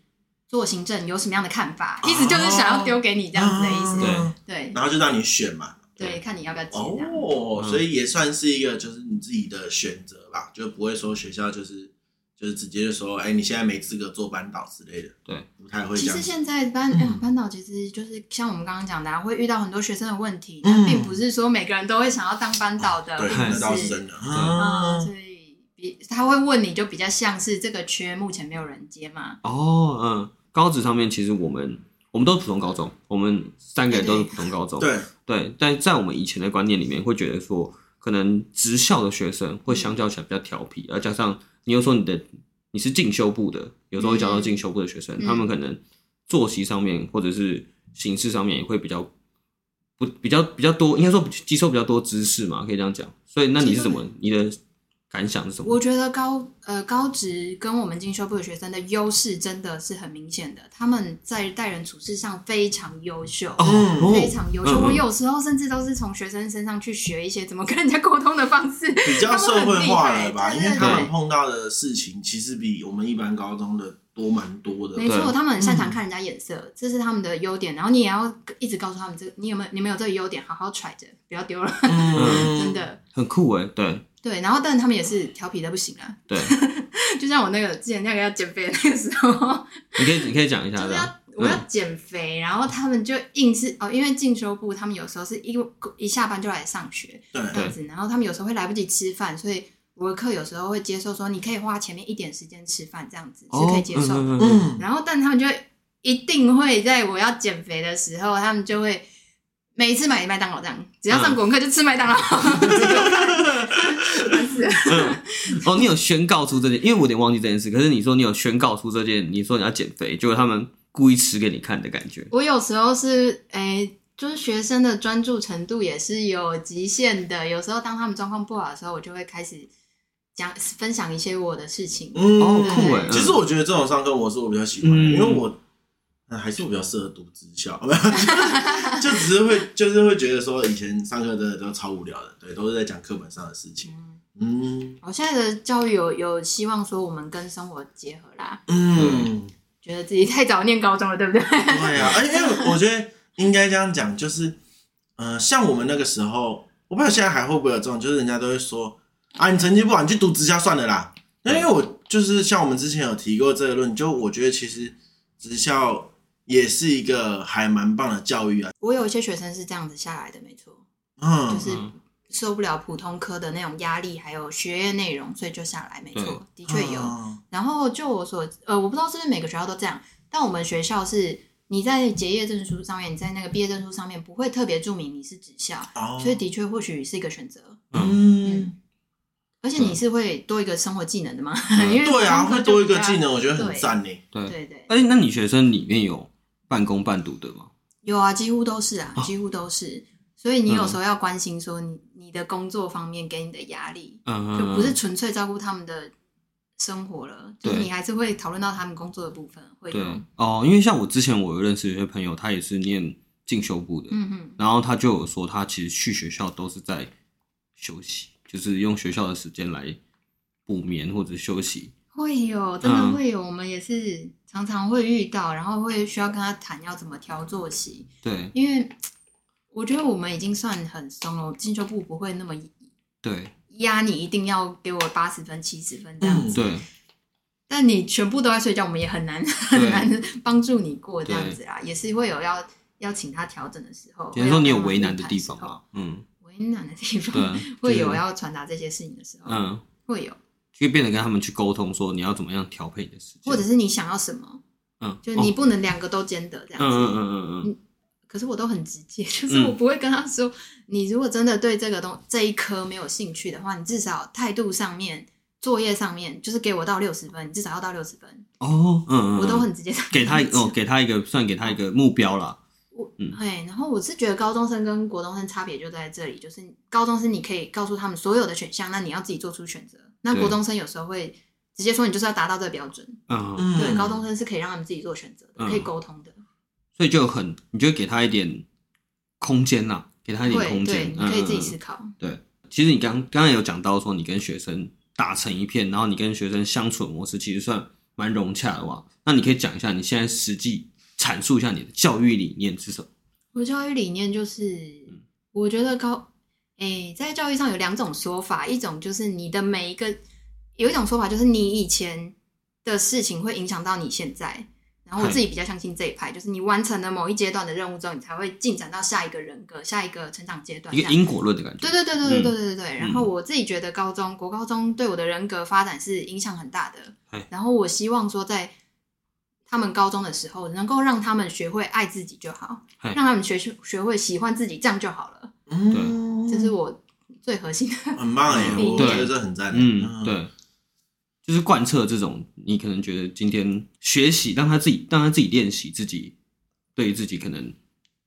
[SPEAKER 3] 做行政有什么样的看法，
[SPEAKER 2] 哦
[SPEAKER 3] 意思就是想要丢给你这样子的意思。
[SPEAKER 2] 啊
[SPEAKER 3] 对
[SPEAKER 2] 然后就让你选嘛。
[SPEAKER 3] 对，看你要不要接这样。
[SPEAKER 2] 哦，
[SPEAKER 1] 嗯
[SPEAKER 2] 所以也算是一个就是你自己的选择吧，就不会说学校就是就是直接就说，哎，你现在没资格做班导之类的。
[SPEAKER 1] 对，
[SPEAKER 2] 不太会这
[SPEAKER 3] 其
[SPEAKER 2] 样
[SPEAKER 3] 实
[SPEAKER 2] 子。嗯
[SPEAKER 3] 现在班、哎呀班导其实就是像我们刚刚讲的、啊，会遇到很多学生的问题，但并不是说每个人都会想要当班导的，
[SPEAKER 2] 嗯哦对，
[SPEAKER 3] 并
[SPEAKER 2] 那倒
[SPEAKER 3] 不
[SPEAKER 2] 是
[SPEAKER 3] 是
[SPEAKER 2] 真的。
[SPEAKER 3] 啊、
[SPEAKER 2] 啊
[SPEAKER 3] 所以比他会问你就比较像是这个缺目前没有人接嘛，
[SPEAKER 1] 哦，嗯，高职上面其实我们我们都是普通高中，我们三个人都是普通高中，
[SPEAKER 2] 对，
[SPEAKER 1] 对，但在我们以前的观念里面，会觉得说，可能职校的学生会相较起来比较调皮，而加上你又说你的你是进修部的，有时候会讲到进修部的学生，
[SPEAKER 3] 嗯
[SPEAKER 1] 他们可能作息上面或者是形式上面也会比较不比较比较多，应该说吸收比较多知识嘛，可以这样讲。所以那你是怎么你的感想是什么？
[SPEAKER 3] 我觉得高呃高职跟我们进修部的学生的优势真的是很明显的，他们在待人处事上非常优秀。
[SPEAKER 1] 哦
[SPEAKER 3] 非常优秀，
[SPEAKER 1] 嗯嗯
[SPEAKER 3] 我有时候甚至都是从学生身上去学一些怎么跟人家沟通的方式。
[SPEAKER 2] 比较社会化了吧，
[SPEAKER 3] 他们很厉害
[SPEAKER 2] 因
[SPEAKER 3] 对
[SPEAKER 2] 为他们
[SPEAKER 1] 对
[SPEAKER 2] 碰到的事情其实比我们一般高中的多蛮多的。
[SPEAKER 3] 没错，
[SPEAKER 1] 对嗯
[SPEAKER 3] 他们很擅长看人家眼色，这是他们的优点。然后你也要一直告诉他们，这你有没有你们有这个优点，好好揣着，不要丢了，
[SPEAKER 2] 嗯
[SPEAKER 3] 真。的。
[SPEAKER 1] 很酷哎，对
[SPEAKER 3] 对，然后但他们也是调皮的不行啊，
[SPEAKER 1] 对，
[SPEAKER 3] 就像我那个之前那个要减肥的那个时候，
[SPEAKER 1] 你可以你可以讲一下
[SPEAKER 3] 就
[SPEAKER 1] 这
[SPEAKER 3] 是要
[SPEAKER 1] 样，
[SPEAKER 3] 我要减肥，然后他们就硬是哦，因为进修部他们有时候是一一下班就来上学
[SPEAKER 2] 对
[SPEAKER 3] 这样子，然后他们有时候会来不及吃饭，所以我的课有时候会接受说你可以花前面一点时间吃饭这样子是可以接受的。
[SPEAKER 1] 嗯嗯嗯嗯
[SPEAKER 2] 嗯，
[SPEAKER 3] 然后但他们就会一定会在我要减肥的时候，他们就会每一次买麦当劳这样，只要上国文课就吃麦当劳，
[SPEAKER 1] 哦，你有宣告出这件，因为我有点忘记这件事。可是你说你有宣告出这件，你说你要减肥，结果他们故意吃给你看的感觉。
[SPEAKER 3] 我有时候是诶、就是学生的专注程度也是有极限的。有时候当他们状况不好的时候，我就会开始讲分享一些我的事情。
[SPEAKER 2] 嗯
[SPEAKER 1] 哦
[SPEAKER 3] 酷欸
[SPEAKER 2] 其实我觉得这种上课模式我比较喜欢，
[SPEAKER 1] 嗯
[SPEAKER 2] 因为我呃还是我比较适合读职校， 没有就就只是会就是会觉得说以前上课真的都超无聊的，对，都是在讲课本上的事情。嗯
[SPEAKER 3] 我现在的教育有有希望说我们跟生活结合啦，
[SPEAKER 2] 嗯，
[SPEAKER 3] 觉得自己太早念高中了，对不 对？
[SPEAKER 2] 对啊，而且因为我觉得应该这样讲，就是呃，像我们那个时候，我不知道现在还会不会有这种，就是人家都会说啊，你成绩不好，你去读职校算了啦。那因为我就是像我们之前有提过这个论，就我觉得其实职校也是一个还蛮棒的教育啊，
[SPEAKER 3] 我有一些学生是这样子下来的，没错，就
[SPEAKER 2] 嗯，
[SPEAKER 3] 是受不了普通科的那种压力，还有学业内容，所以就下来，没错，的确有。
[SPEAKER 2] 嗯
[SPEAKER 3] 然后就我所呃，我不知道是不是每个学校都这样，但我们学校是你在结业证书上面，你在那个毕业证书上面不会特别注明你是职校，
[SPEAKER 2] 哦
[SPEAKER 3] 所以的确或许是一个选择。
[SPEAKER 2] 嗯，
[SPEAKER 3] 而且你是会多一个生活技能的嘛？因为
[SPEAKER 2] 对啊，
[SPEAKER 3] 上课
[SPEAKER 2] 会
[SPEAKER 3] 就
[SPEAKER 2] 多一
[SPEAKER 3] 比
[SPEAKER 2] 个
[SPEAKER 3] 较
[SPEAKER 2] 技。能，我觉得很赞呢。
[SPEAKER 1] 对。
[SPEAKER 3] 对对，
[SPEAKER 1] 哎、那你学生里面有半工半读的吗？
[SPEAKER 3] 有啊，几乎都是啊，
[SPEAKER 1] 哦
[SPEAKER 3] 几乎都是。所以你有
[SPEAKER 1] 嗯
[SPEAKER 3] 时候要关心说你你的工作方面给你的压力，
[SPEAKER 1] 嗯，
[SPEAKER 3] 就不是纯粹照顾他们的生活了，就是
[SPEAKER 1] 对
[SPEAKER 3] 你还是会讨论到他们工作的部分，会有
[SPEAKER 1] 对哦，因为像我之前我有认识有些朋友，他也是念进修部的，
[SPEAKER 3] 嗯哼，
[SPEAKER 1] 然后他就有说他其实去学校都是在休息，就是用学校的时间来补眠或者休息。
[SPEAKER 3] 会有，真的
[SPEAKER 1] 嗯
[SPEAKER 3] 会有，我们也是常常会遇到，然后会需要跟他谈要怎么调作息，
[SPEAKER 1] 对
[SPEAKER 3] 因为我觉得我们已经算很松了，进修部不会那么
[SPEAKER 1] 对
[SPEAKER 3] 压你一定要给我八十分、七十分这样子，
[SPEAKER 1] 对，
[SPEAKER 3] 但你全部都在睡觉，我们也很难很难帮助你过这样子啦，也是会有要要请他调整的时候，
[SPEAKER 1] 只能说你有
[SPEAKER 3] 会
[SPEAKER 1] 为
[SPEAKER 3] 跟他
[SPEAKER 1] 难的
[SPEAKER 3] 谈
[SPEAKER 1] 地
[SPEAKER 3] 时
[SPEAKER 1] 方
[SPEAKER 3] 候，
[SPEAKER 1] 嘛。嗯，
[SPEAKER 3] 为难的地
[SPEAKER 1] 对啊
[SPEAKER 3] 方，， 会
[SPEAKER 1] 就
[SPEAKER 3] 有啊
[SPEAKER 1] 是
[SPEAKER 3] 要传达这些事情的时候，
[SPEAKER 1] 嗯。
[SPEAKER 3] 会有，
[SPEAKER 1] 就变得跟他们去沟通，说你要怎么样调配你的时间，
[SPEAKER 3] 或者是你想要什么，
[SPEAKER 1] 嗯，
[SPEAKER 3] 就你
[SPEAKER 1] 哦
[SPEAKER 3] 不能两个都兼得这样
[SPEAKER 1] 嗯
[SPEAKER 3] 子，
[SPEAKER 1] 嗯嗯嗯嗯，
[SPEAKER 3] 可是我都很直接， 就是我不会跟他说，你如果真的对这个东这一科没有兴趣的话，你至少态度上面、作业上面，就是给我到六十分，你至少要到六十分，
[SPEAKER 1] 哦，嗯嗯，
[SPEAKER 3] 我都
[SPEAKER 1] 嗯
[SPEAKER 3] 很直接地
[SPEAKER 1] 给他
[SPEAKER 3] 这样
[SPEAKER 1] 哦，
[SPEAKER 3] 讲。
[SPEAKER 1] 给他一个算给他一个目标啦，嗯
[SPEAKER 3] 哎，然后我是觉得高中生跟国中生差别就在这里，就是高中生你可以告诉他们所有的选项，那你要自己做出选择。那
[SPEAKER 1] 对
[SPEAKER 3] 国中生有时候会直接说你就是要达到这个标准，
[SPEAKER 1] 嗯，
[SPEAKER 2] 嗯
[SPEAKER 3] 对，高中生是可以让他们自己做选择的，
[SPEAKER 1] 嗯
[SPEAKER 3] 可以沟通的。
[SPEAKER 1] 所以就很，你就会给他一点空间啦，给他一点
[SPEAKER 3] 会
[SPEAKER 1] 空
[SPEAKER 3] 对，
[SPEAKER 1] 间，
[SPEAKER 3] 你可以自己
[SPEAKER 1] 嗯
[SPEAKER 3] 思考。
[SPEAKER 1] 其实你刚刚才有讲到说，你跟学生打成一片，然后你跟学生相处的模式其实算蛮融洽的哇。那你可以讲一下你现在实际阐述一下你的教育理念是什么？
[SPEAKER 3] 我的教育理念就是，
[SPEAKER 1] 嗯
[SPEAKER 3] 我觉得高，诶、在教育上有两种说法，一种就是你的每一个，有一种说法就是你以前的事情会影响到你现在，然后我
[SPEAKER 1] 嗨
[SPEAKER 3] 自己比较相信这一派，就是你完成了某一阶段的任务之后，你才会进展到下一个人格、下一个成长阶段。
[SPEAKER 1] 一
[SPEAKER 3] 这
[SPEAKER 1] 个
[SPEAKER 3] 样
[SPEAKER 1] 因果论的感觉。
[SPEAKER 3] 对对对对对
[SPEAKER 1] 嗯
[SPEAKER 3] 对对对对。然后我自己觉得高中国高中对我的人格发展是影响很大的
[SPEAKER 1] 哎。
[SPEAKER 3] 然后我希望说，在他们高中的时候，能够让他们学会爱自己就好，
[SPEAKER 1] 哎
[SPEAKER 3] 让他们学学学会喜欢自己，这样就好了。
[SPEAKER 2] 嗯，
[SPEAKER 3] 这是我最核心的。
[SPEAKER 2] 很棒哎，
[SPEAKER 3] 嗯
[SPEAKER 2] 我
[SPEAKER 1] 对
[SPEAKER 2] 觉得这很赞。
[SPEAKER 1] 嗯，，对，就是贯彻这种，你可能觉得今天学习，让他自己让他自己练习自己对于自己可能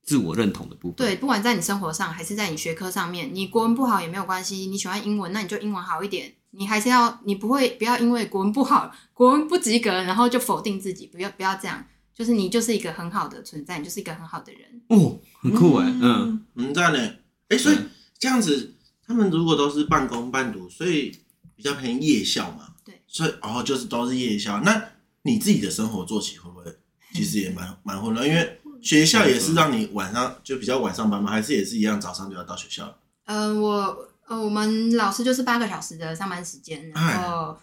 [SPEAKER 1] 自我认同的部分。
[SPEAKER 3] 对，不管在你生活上还是在你学科上面，你国文不好也没有关系，你喜欢英文，那你就英文好一点。你还是要，你不会不要因为国文不好、国文不及格，然后就否定自己，不要不要这样。就是你就是一个很好的存在，你就是一个很好的人。
[SPEAKER 1] 哦，很酷哎，嗯，
[SPEAKER 2] 很赞呢。哎，所以
[SPEAKER 1] 对
[SPEAKER 2] 这样子，他们如果都是半工半读，所以比较偏夜校嘛。
[SPEAKER 3] 对，
[SPEAKER 2] 所以哦，就是都是夜校。那你自己的生活作息会不会其实也蛮蛮混乱？因为学校也是让你晚上就比较晚上班嘛，还是也是一样早上就要到学校？
[SPEAKER 3] 呃，我呃，我们老师就是八个小时的上班时间，
[SPEAKER 2] 哎
[SPEAKER 3] 然后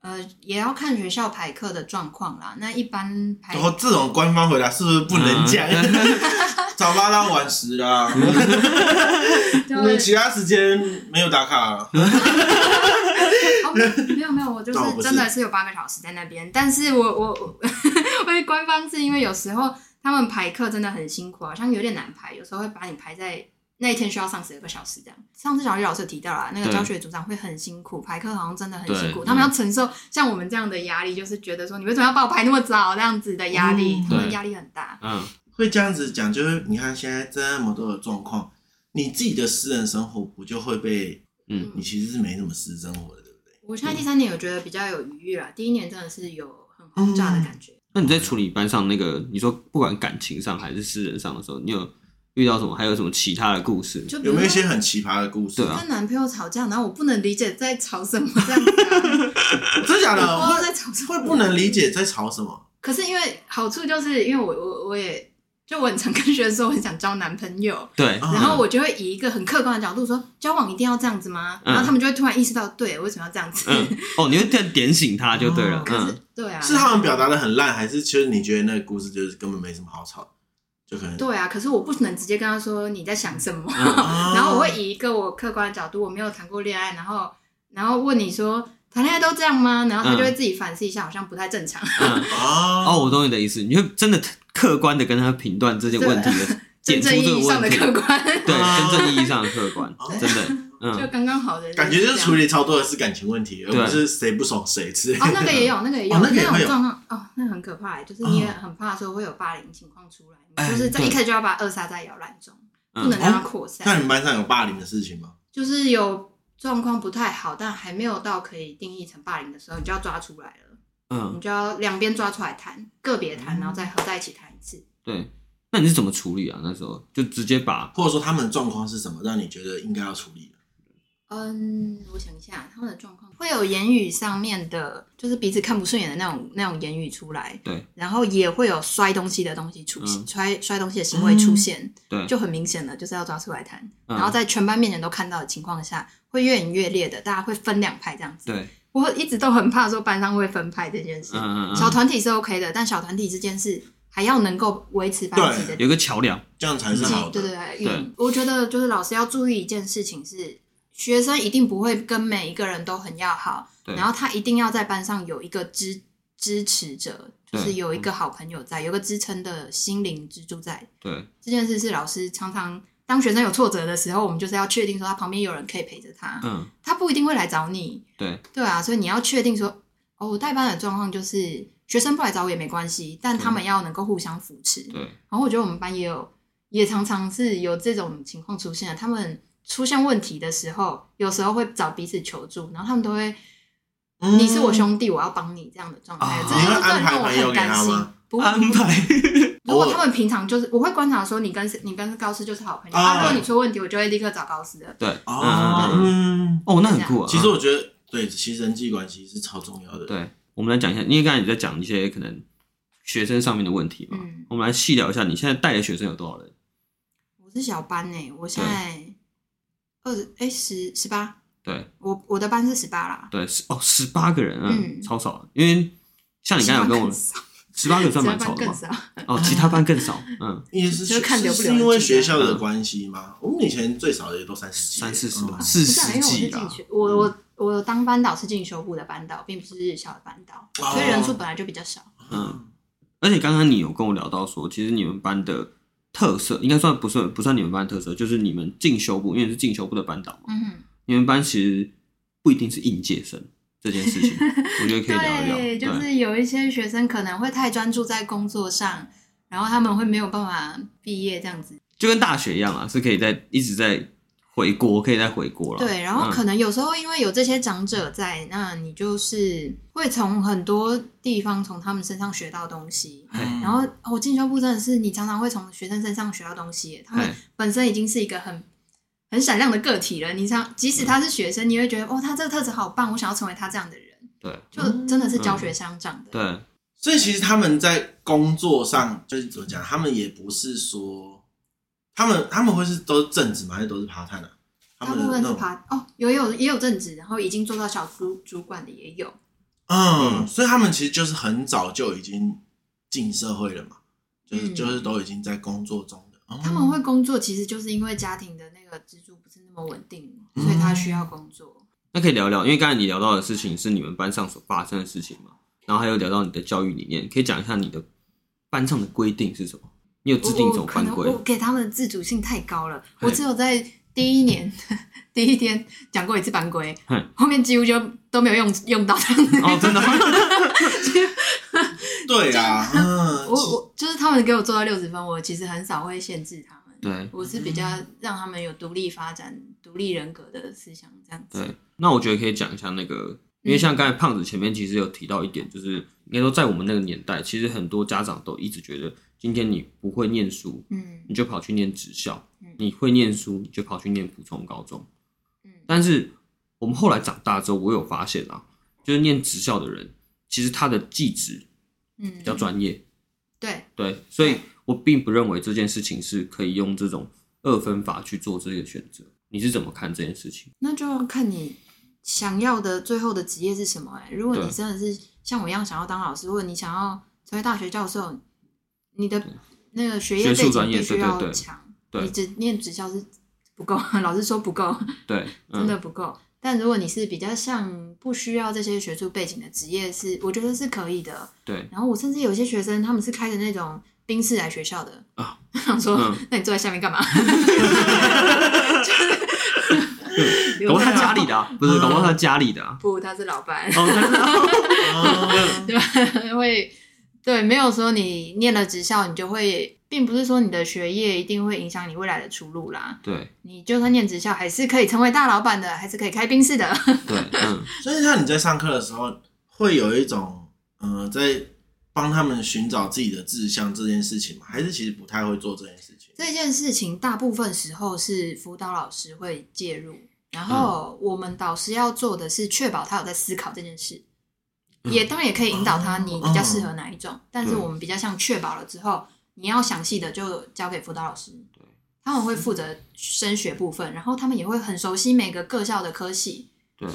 [SPEAKER 3] 呃，也要看学校排课的状况啦。那一般
[SPEAKER 1] 哎
[SPEAKER 3] 排
[SPEAKER 2] 然后这种官方回答是不是不 能讲？早八到晚十啦，
[SPEAKER 3] 就是
[SPEAKER 2] 其他时间没有打卡啊。
[SPEAKER 3] 哦，没有没有，我就
[SPEAKER 2] 倒不
[SPEAKER 3] 是
[SPEAKER 2] 是
[SPEAKER 3] 真的是有八个小时在那边，但是我 我我我会官方是因为有时候他们排课真的很辛苦，好像有点难排，有时候会把你排在那一天需要上十二个小时这样。上次小丽老师有提到啦，那个
[SPEAKER 1] 对
[SPEAKER 3] 教学组长会很辛苦，排课好像真的很辛苦，
[SPEAKER 1] 对
[SPEAKER 3] 他们要承受像我们这样的压力，就是觉得说你为什么要把我排那么早这样子的压力
[SPEAKER 2] 嗯，
[SPEAKER 3] 他们
[SPEAKER 1] 对
[SPEAKER 3] 压力很大。
[SPEAKER 1] 嗯，
[SPEAKER 2] 会这样子讲，就是你看现在这么多的状况，你自己的私人生活不就会被？
[SPEAKER 1] 嗯
[SPEAKER 2] 你其实是没什么私生活的，对不对？
[SPEAKER 3] 我现在第三年有觉得比较有余裕啦，第一年真的是有很轰炸
[SPEAKER 2] 嗯
[SPEAKER 3] 的感觉。
[SPEAKER 1] 那你在处理班上那个，你说不管感情上还是私人上的时候，你有遇到什么？还有什么其他的故事？
[SPEAKER 3] 就比
[SPEAKER 2] 有
[SPEAKER 3] 如
[SPEAKER 2] 没有一
[SPEAKER 3] 说
[SPEAKER 2] 些很奇葩的故事？
[SPEAKER 1] 对啊
[SPEAKER 3] 跟男朋友吵架，然后我不能理解在吵什么这样子、啊，
[SPEAKER 2] 真的假
[SPEAKER 1] 呃
[SPEAKER 2] 的？
[SPEAKER 3] 我不知道
[SPEAKER 2] 会
[SPEAKER 3] 在吵什么。
[SPEAKER 2] 会不能理解在吵什么？
[SPEAKER 3] 可是因为好处就是因为我我我也就我很常跟学生说我很想交男朋友，
[SPEAKER 1] 对，
[SPEAKER 2] 然
[SPEAKER 3] 然后我就会以一个很客观的角度说交往一定要这样子吗？
[SPEAKER 1] 嗯
[SPEAKER 3] 然后他们就会突然意识到，对，为什么要这样子？
[SPEAKER 1] 嗯，嗯，哦，你会这样点醒他就对了
[SPEAKER 2] 哦，
[SPEAKER 3] 可是
[SPEAKER 1] 嗯，
[SPEAKER 3] 对啊，
[SPEAKER 2] 是他们表达的很烂，还是其实你觉得那个故事就是根本没什么好吵，就可能
[SPEAKER 3] 对啊，可是我不能直接跟他说你在想什
[SPEAKER 1] 哦
[SPEAKER 3] 么，
[SPEAKER 2] 啊
[SPEAKER 3] 然后我会以一个我客观的角度，我没有谈过恋爱，然后然后问你说谈恋爱都这样吗？然后他就会自己反思一下，好像不太正常。
[SPEAKER 1] 嗯，
[SPEAKER 2] 啊
[SPEAKER 1] 哦，我懂你的意思，你会真的客观的跟他评断这件问题的，
[SPEAKER 3] 真
[SPEAKER 1] 点出
[SPEAKER 3] 正意
[SPEAKER 1] 这个
[SPEAKER 3] 义上的
[SPEAKER 1] 问题，
[SPEAKER 3] 客观，
[SPEAKER 1] 对，
[SPEAKER 2] 啊
[SPEAKER 1] 真正意义上的客 观，真的，
[SPEAKER 3] 就
[SPEAKER 1] 嗯，
[SPEAKER 3] 刚刚好的，
[SPEAKER 2] 感觉就是处
[SPEAKER 3] 理。
[SPEAKER 2] 理超多的是感情问题，而
[SPEAKER 1] 对
[SPEAKER 2] 不是谁不爽谁之类的。
[SPEAKER 3] 哦，那个也有，那个也有，
[SPEAKER 2] 哦那个也会
[SPEAKER 3] 种
[SPEAKER 2] 有哦
[SPEAKER 3] 状况，哦，那很可怕欸，就是你也很怕说会有霸凌情况出来，
[SPEAKER 2] 哎哦
[SPEAKER 3] 你就是在
[SPEAKER 1] 对
[SPEAKER 3] 一开始就要把扼杀在摇篮中，
[SPEAKER 1] 嗯
[SPEAKER 3] 不能让它扩
[SPEAKER 2] 那
[SPEAKER 3] 散。
[SPEAKER 2] 你们班上有霸凌的事情吗？
[SPEAKER 3] 就是有状况不太好，但还没有到可以定义成霸凌的时候，你就要抓出来了，
[SPEAKER 1] 嗯
[SPEAKER 3] 你，就要两边抓出来谈，个别谈，
[SPEAKER 2] 嗯
[SPEAKER 3] 然后再合在一起谈一次。
[SPEAKER 1] 对。那你是怎么处理啊？那时候就直接把
[SPEAKER 2] 或者说他们的状况是什么，让你觉得应该要处理的？
[SPEAKER 3] 嗯，我想一下，他们的状况会有言语上面的，就是彼此看不顺眼的那种那种言语出来，
[SPEAKER 1] 对
[SPEAKER 3] 然后也会有摔东西的东西出现，
[SPEAKER 1] 嗯
[SPEAKER 3] 摔摔东西的行为出现，
[SPEAKER 1] 对
[SPEAKER 3] 就很明显了，就是要抓出来谈。
[SPEAKER 1] 嗯
[SPEAKER 3] 然后在全班面前都看到的情况下，会越演越烈的，大家会分两派这样子。
[SPEAKER 1] 对，
[SPEAKER 3] 我一直都很怕说班上会分派这件事，
[SPEAKER 1] 嗯嗯
[SPEAKER 3] 小
[SPEAKER 1] 嗯，
[SPEAKER 3] 团体是 OK 的，但小团体之间是还要能够维持班级的
[SPEAKER 1] 有一个桥梁，
[SPEAKER 2] 这样才是好的。
[SPEAKER 3] 对对对，嗯我觉得就是老师要注意一件事情是，学生一定不会跟每一个人都很要好，
[SPEAKER 1] 对
[SPEAKER 3] 然后他一定要在班上有一个支支持者，就
[SPEAKER 1] 对嗯
[SPEAKER 3] 是有一个好朋友在，有个支撑的心灵支柱在。
[SPEAKER 1] 对
[SPEAKER 3] 这件事是老师常常当学生有挫折的时候，我们就是要确定说他旁边有人可以陪着他，
[SPEAKER 1] 嗯
[SPEAKER 3] 他不一定会来找你，
[SPEAKER 1] 对
[SPEAKER 3] 对啊，所以你要确定说，哦，我带班的状况就是学生不来找我也没关系，但他们要能够互相扶持，
[SPEAKER 1] 对，
[SPEAKER 3] 然后我觉得我们班也有，也常常是有这种情况出现的。他们出现问题的时候，有时候会找彼此求助，然后他们都会，
[SPEAKER 2] 嗯
[SPEAKER 3] 你是我兄弟，我要帮你这样的状态，
[SPEAKER 1] 啊
[SPEAKER 3] 这
[SPEAKER 2] 你
[SPEAKER 3] 就
[SPEAKER 2] 会
[SPEAKER 3] 是
[SPEAKER 2] 安
[SPEAKER 3] 让
[SPEAKER 2] 排
[SPEAKER 3] 我
[SPEAKER 2] 朋友
[SPEAKER 3] 很
[SPEAKER 2] 给
[SPEAKER 3] 担
[SPEAKER 2] 他
[SPEAKER 3] 心
[SPEAKER 2] 吗。
[SPEAKER 3] 不会
[SPEAKER 1] 安排。
[SPEAKER 3] 如果他们平常就是，我会观察说你跟你跟高斯就是好朋友，
[SPEAKER 2] 啊
[SPEAKER 3] 啊，如果你出问题，我就会立刻找高斯的。
[SPEAKER 1] 对，嗯
[SPEAKER 2] 哦，
[SPEAKER 1] 嗯嗯
[SPEAKER 2] 嗯，
[SPEAKER 1] 哦，那很酷啊。
[SPEAKER 2] 其实我觉得对，其实人际关系是超重要的。，
[SPEAKER 1] 对，我们来讲一下，因为刚才你在讲一些可能学生上面的问题嘛，
[SPEAKER 3] 嗯，
[SPEAKER 1] 我们来细聊一下，你现在带的学生有多少人？
[SPEAKER 3] 我是小班呢、欸我现在二十哎十十八，
[SPEAKER 1] 对
[SPEAKER 3] 我我的班是十八啦。
[SPEAKER 1] 对，十哦十八个人啊，
[SPEAKER 3] 嗯
[SPEAKER 1] 超少的，因为像你刚才有跟我十八个人算蛮少
[SPEAKER 3] 班
[SPEAKER 1] 的
[SPEAKER 3] 更
[SPEAKER 1] 嘛，
[SPEAKER 3] 少，
[SPEAKER 1] 哦，其他班更少，嗯，
[SPEAKER 2] 也是
[SPEAKER 3] 就是看留不留
[SPEAKER 2] 是因为
[SPEAKER 3] 得进来
[SPEAKER 2] 学校的关系吗？我们以前最少也都三十几，
[SPEAKER 1] 三四十吧，
[SPEAKER 2] 嗯
[SPEAKER 1] 四
[SPEAKER 3] 不是啊，
[SPEAKER 1] 十
[SPEAKER 3] 因为我是
[SPEAKER 1] 几啊
[SPEAKER 3] 进，修，我我我当班导是进修部的班导，并不是日校的班导，
[SPEAKER 2] 哦
[SPEAKER 3] 所以人数本来就比较少。
[SPEAKER 1] 嗯，而且刚刚你有跟我聊到说，其实你们班的特色应该算不算不算你们班的特色，就是你们进修部，因为是进修部的班导嘛，
[SPEAKER 3] 嗯哼，
[SPEAKER 1] 你们班其实不一定是应届生这件 事情，我觉得可以聊一聊，
[SPEAKER 3] 对，
[SPEAKER 1] 对，
[SPEAKER 3] 就是有一些学生可能会太专注在工作上，然后他们会没有办法毕业这样子。
[SPEAKER 1] 就跟大学一样啊，是可以在一直在回国，可以再回国了。
[SPEAKER 3] 对，然后
[SPEAKER 1] 嗯
[SPEAKER 3] 可能有时候因为有这些长者在，那你就是会从很多地方从他们身上学到东西。
[SPEAKER 2] 嗯
[SPEAKER 3] 然后我进修部真的是，你常常会从学生身上学到东西耶。他们
[SPEAKER 1] 哎
[SPEAKER 3] 本身已经是一个很很闪亮的个体了，你像即使他是学生，你会觉得哦，他这个特质好棒，我想要成为他这样的人，
[SPEAKER 1] 对
[SPEAKER 3] 就真的是教学相长的。
[SPEAKER 1] 嗯对
[SPEAKER 2] 所以其实他们在工作上就是怎么讲，他们也不是说他们他们会是都是正职吗？还是都是爬探啊？他
[SPEAKER 3] 大
[SPEAKER 2] 们的
[SPEAKER 3] 部分
[SPEAKER 2] 那
[SPEAKER 3] 是
[SPEAKER 2] 种
[SPEAKER 3] 爬哦，也有也有正职，然后已经做到小主主管的也有。
[SPEAKER 2] 嗯，所以他们其实就是很早就已经进社会了嘛，就是、
[SPEAKER 3] 嗯
[SPEAKER 2] 就是都已经在工作中的。嗯
[SPEAKER 3] 他们会工作，其实就是因为家庭的那个支柱不是那么稳定，所以他需要工作。
[SPEAKER 1] 那可以聊聊，因为刚才你聊到的事情是你们班上所发生的事情嘛，然后还有聊到你的教育理念，可以讲一下你的班上的规定是什么？你有制定
[SPEAKER 3] 我
[SPEAKER 1] 什么
[SPEAKER 3] 我哦可
[SPEAKER 1] 班
[SPEAKER 3] 能
[SPEAKER 1] 规
[SPEAKER 3] 我？给他们的自主性太高了，
[SPEAKER 1] 嘿
[SPEAKER 3] 我只有在第一年 第一天讲过一次班规
[SPEAKER 1] 嘿，
[SPEAKER 3] 后面几乎就都没有用用到他们。
[SPEAKER 1] 哦，真的吗？
[SPEAKER 2] 对啊，嗯，
[SPEAKER 3] 我我就是他们给我做到六十分，我其实很少会限制他们。
[SPEAKER 1] 对
[SPEAKER 3] 我是比较让他们有独立发展、独立人格的思想这样子。嗯
[SPEAKER 1] 对，那我觉得可以讲一下那个，因为像刚才胖子前面其实有提到一点，就是应该说在我们那个年代，其实很多家长都一直觉得，今天你不会念书，
[SPEAKER 3] 嗯
[SPEAKER 1] 你就跑去念职校
[SPEAKER 3] 嗯；
[SPEAKER 1] 你会念书，你就跑去念普通高中。
[SPEAKER 3] 嗯
[SPEAKER 1] 但是我们后来长大之后，我有发现啊，就是念职校的人，其实他的技职
[SPEAKER 3] 嗯，
[SPEAKER 1] 比较专业，
[SPEAKER 3] 对，
[SPEAKER 1] 对，所以我并不认为这件事情是可以用这种二分法去做这个选择。你是怎么看这件事情？
[SPEAKER 3] 那就要看你想要的最后的职业是什么、欸。如果你
[SPEAKER 1] 对
[SPEAKER 3] 真的是像我一样想要当老师，或者你想要成为大学教授，你的那个学
[SPEAKER 1] 学
[SPEAKER 3] 业
[SPEAKER 1] 术
[SPEAKER 3] 背景
[SPEAKER 1] 专业
[SPEAKER 3] 必须
[SPEAKER 1] 对对
[SPEAKER 3] 要
[SPEAKER 1] 对
[SPEAKER 3] 强。
[SPEAKER 1] 对
[SPEAKER 3] 你只念职校是不够， 老师说不够，
[SPEAKER 1] 对，嗯、
[SPEAKER 3] 真的不够。但如果你是比较像不需要这些学术背景的职业是，我觉得是可以的。
[SPEAKER 1] 对，
[SPEAKER 3] 然后我甚至有些学生他们是开着那种宾士来学校的
[SPEAKER 1] 啊，
[SPEAKER 3] 想说、
[SPEAKER 1] 嗯
[SPEAKER 3] 那你坐在下面干嘛？
[SPEAKER 1] 搞不好他家里的、啊，不是搞不好他家里的、啊。
[SPEAKER 3] 不，他是老板，
[SPEAKER 1] 哦，真的啊
[SPEAKER 2] 嗯
[SPEAKER 3] 对吧？会对，没有说你念了职校，你就会，并不是说你的学业一定会影响你未来的出路啦。
[SPEAKER 1] 对
[SPEAKER 3] 你就算念职校，还是可以成为大老板的，还是可以开宾士的。
[SPEAKER 1] 对，嗯，
[SPEAKER 2] 所以像你在上课的时候，会有一种嗯、呃在帮他们寻找自己的志向这件事情吗？还是其实不太会做这件事情？
[SPEAKER 3] 这件事情大部分时候是辅导老师会介入，然
[SPEAKER 1] 嗯
[SPEAKER 3] 后我们导师要做的是确保他有在思考这件事，
[SPEAKER 1] 嗯哦
[SPEAKER 3] 也当然也可以引导他你比较适合哪一种，但是
[SPEAKER 1] 对
[SPEAKER 3] 我们比较像确保了之后，你要详细的就交给辅导老师，他们会负责升学部分，然后他们也会很熟悉每个各校的科系，
[SPEAKER 1] 对，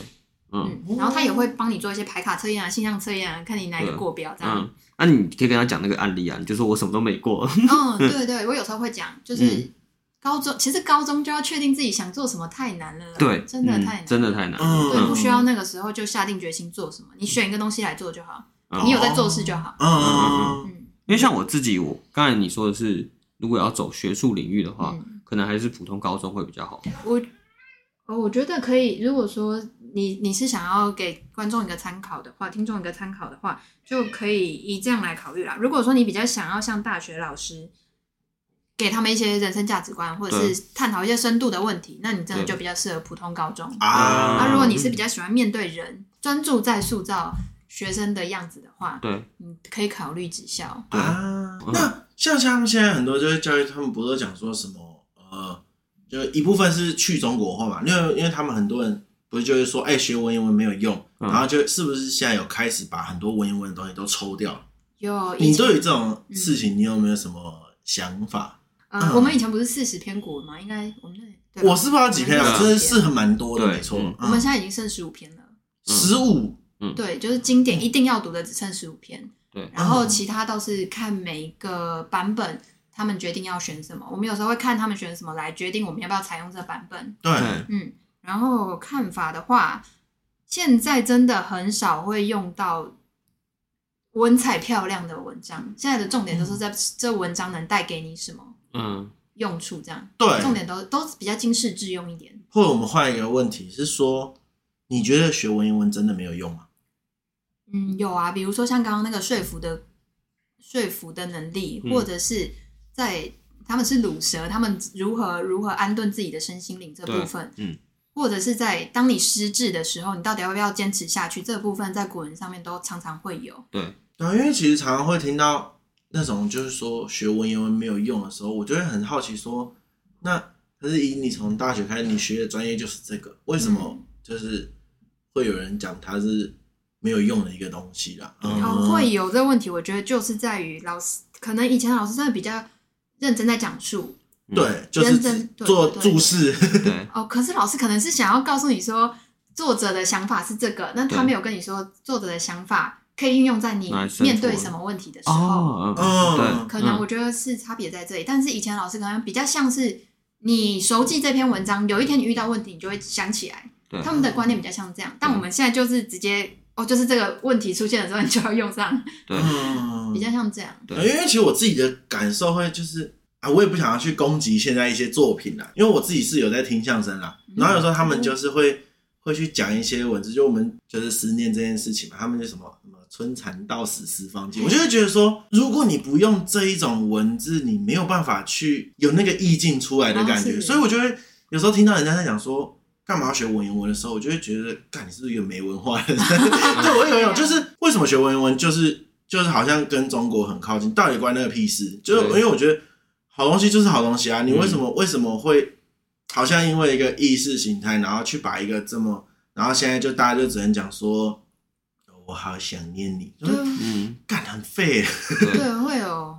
[SPEAKER 1] 嗯
[SPEAKER 3] 嗯，然后他也会帮你做一些排卡测验啊、性向测验啊，看你哪一个过标这样。
[SPEAKER 1] 嗯，那、你可以跟他讲那个案例啊，你就说我什么都没过。
[SPEAKER 3] 嗯，对对，我有时候会讲，就是
[SPEAKER 1] 嗯
[SPEAKER 3] 高中，其实高中就要确定自己想做什么太难了啦，
[SPEAKER 1] 对，
[SPEAKER 3] 真的
[SPEAKER 1] 嗯
[SPEAKER 3] 太难，
[SPEAKER 1] 真的太难。
[SPEAKER 2] 嗯
[SPEAKER 3] 对，不需要那个时候就下定决心做什么，你选一个东西来做就好，
[SPEAKER 1] 嗯哦
[SPEAKER 3] 你有在做事就好。
[SPEAKER 2] 嗯嗯嗯
[SPEAKER 3] 嗯
[SPEAKER 1] 因为像我自己，我刚才你说的是，如果要走学术领域的话，
[SPEAKER 3] 嗯，
[SPEAKER 1] 可能还是普通高中会比较好。
[SPEAKER 3] 我呃我觉得可以，如果说你你是想要给观众一个参考的话，听众一个参考的话，就可以以这样来考虑啦。如果说你比较想要像大学老师。给他们一些人生价值观，或者
[SPEAKER 1] 对
[SPEAKER 3] 是探讨一些深度的问题，那你真的
[SPEAKER 1] 对
[SPEAKER 3] 就比较适合普通高中。
[SPEAKER 2] 啊
[SPEAKER 3] 那、
[SPEAKER 1] 啊
[SPEAKER 3] 如果你是比较喜欢面对人，专注在塑造学生的样子的话，
[SPEAKER 1] 对，
[SPEAKER 3] 你可以考虑职校。
[SPEAKER 1] 对
[SPEAKER 2] 啊，那像像他们现在很多就是教育，他们不是讲说什么呃，就一部分是去中国化嘛，因为因为他们很多人不是就会说，哎、学文言文没有用，
[SPEAKER 1] 嗯
[SPEAKER 2] 然后就是不是现在有开始把很多文言文的东西都抽掉了？
[SPEAKER 3] 有以
[SPEAKER 2] 你
[SPEAKER 3] 前
[SPEAKER 2] 对于这种事情，你有没有什么想法？
[SPEAKER 3] 呃
[SPEAKER 2] 嗯，
[SPEAKER 3] 我们以前不是四十篇国文吗？应该我们那对吧
[SPEAKER 2] 我是不知啊道几篇啊，
[SPEAKER 1] 嗯
[SPEAKER 2] 真的是很蛮多的，
[SPEAKER 1] 对
[SPEAKER 2] 没错
[SPEAKER 1] 嗯，
[SPEAKER 3] 我们现在已经剩十五篇了。
[SPEAKER 2] 十五
[SPEAKER 3] 对，就是经典一定要读的只剩十五篇。
[SPEAKER 1] 对
[SPEAKER 3] 然
[SPEAKER 2] 嗯
[SPEAKER 3] 后其他都是看每一个版本，他们决定要选什么。我们有时候会看他们选什么来决定我们要不要采用这个版本。
[SPEAKER 2] 对，
[SPEAKER 1] 对
[SPEAKER 3] 嗯，然后看法的话，现在真的很少会用到文采漂亮的文章。现在的重点都是在这文章能带给你什么
[SPEAKER 1] 嗯
[SPEAKER 3] 用处，这样。
[SPEAKER 2] 对
[SPEAKER 3] 重点都都比较经世致用一点。
[SPEAKER 2] 或者我们换一个问题是说，你觉得学文言文真的没有用吗？
[SPEAKER 3] 嗯，有啊，比如说像刚刚那个说服的说服的能力，
[SPEAKER 1] 嗯
[SPEAKER 3] 或者是在他们是卤蛇，他们如何如何安顿自己的身心灵这部分，
[SPEAKER 1] 嗯，
[SPEAKER 3] 或者是在当你失智的时候，你到底要不要坚持下去？这部分在古文上面都常常会有。
[SPEAKER 2] 对啊，因为其实常常会听到那种就是说学文言文没有用的时候，我就会很好奇说，那可是以你从大学开始，你学的专业就是这个，为什么
[SPEAKER 3] 嗯
[SPEAKER 2] 就是会有人讲它是没有用的一个东西啦？嗯，
[SPEAKER 3] 然后哦会有这个问题，我觉得就是在于老师，可能以前老师真的比较认真在讲述
[SPEAKER 2] 对，就是
[SPEAKER 3] 认真对
[SPEAKER 2] 做
[SPEAKER 3] 对对
[SPEAKER 2] 注释，
[SPEAKER 1] 对
[SPEAKER 3] 哦，可是老师可能是想要告诉你说作者的想法是这个，那他
[SPEAKER 1] 对
[SPEAKER 3] 没有跟你说作者的想法可以运用在你
[SPEAKER 1] 拿来生
[SPEAKER 3] 面对
[SPEAKER 1] 活
[SPEAKER 3] 什么问题的时候。
[SPEAKER 1] 哦
[SPEAKER 2] 嗯
[SPEAKER 1] 嗯对，
[SPEAKER 3] 可能
[SPEAKER 1] 嗯
[SPEAKER 3] 我觉得是差别在这里，但是以前老师可能比较像是你熟记这篇文章，有一天你遇到问题，你就会想起来。
[SPEAKER 1] 对
[SPEAKER 3] 他们的观念比较像这样，但我们现在就是直接哦，就是这个问题出现的时候，你就要用上，
[SPEAKER 1] 对
[SPEAKER 2] 嗯
[SPEAKER 3] 比较像这样。
[SPEAKER 1] 对
[SPEAKER 2] 对，因为其实我自己的感受会就是啊，我也不想要去攻击现在一些作品啊啦，因为我自己是有在听相声啦，
[SPEAKER 3] 嗯
[SPEAKER 2] 然后有时候他
[SPEAKER 3] 哦
[SPEAKER 2] 们就是会会去讲一些文字，就我们就是思念这件事情嘛，他们就什么什么春蚕到死丝方尽，我就会觉得说，如果你不用这一种文字，你没有办法去有那个意境出来的感
[SPEAKER 3] 哦
[SPEAKER 2] 觉，
[SPEAKER 3] 是
[SPEAKER 2] 所以我就会有时候听到人家在讲说。干嘛要学文言文的时候，我就会觉得，干你是不是一个没文化的人？ 对，我有有，就是 为什么学文言文，就是就是好像跟中国很靠近，到底关那个屁事？就是因
[SPEAKER 1] 对
[SPEAKER 2] 为我觉得好东西就是好东西啊，你
[SPEAKER 1] 嗯
[SPEAKER 2] 为什么、为什么会好像因为一个意识形态，然后去把一个这么，然后现在就大家就只能讲说，哦我好想念你，就
[SPEAKER 3] 对啊
[SPEAKER 2] 是，
[SPEAKER 1] 嗯
[SPEAKER 2] 干很废，
[SPEAKER 1] 对
[SPEAKER 3] 对，啊会有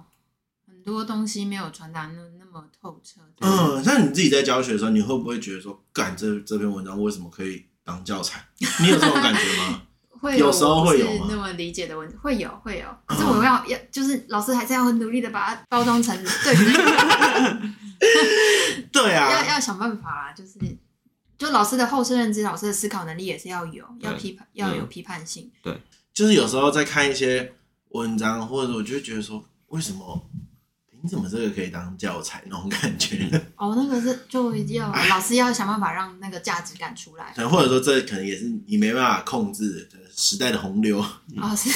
[SPEAKER 3] 很多东西没有传达那那么透彻。
[SPEAKER 1] 对
[SPEAKER 2] 嗯，那你自己在教学的时候，你会不会觉得说，干这这篇文章为什么可以当教材？你有这种感觉吗？
[SPEAKER 3] 会
[SPEAKER 2] 有时候会有
[SPEAKER 3] 不
[SPEAKER 2] 吗
[SPEAKER 3] 是那么理解的问题，会有会有，可是我要要就是老师还是要很努力的把它包装成对比那个
[SPEAKER 2] 对
[SPEAKER 3] 要
[SPEAKER 2] 啊，
[SPEAKER 3] 要想办法啦，就是就老师的后设认知，老师的思考能力也是要有，
[SPEAKER 1] 对
[SPEAKER 3] 要批判，要有
[SPEAKER 1] 嗯
[SPEAKER 3] 批判性。
[SPEAKER 2] 就是有时候在看一些文章，或者我就会觉得说，为什么凭什么这个可以当教材那种感觉？
[SPEAKER 3] 哦，那个是就要老师要想办法让那个价值感出来
[SPEAKER 2] 可能或者说这可能也是你没办法控制的时代的洪流。
[SPEAKER 3] 啊、是，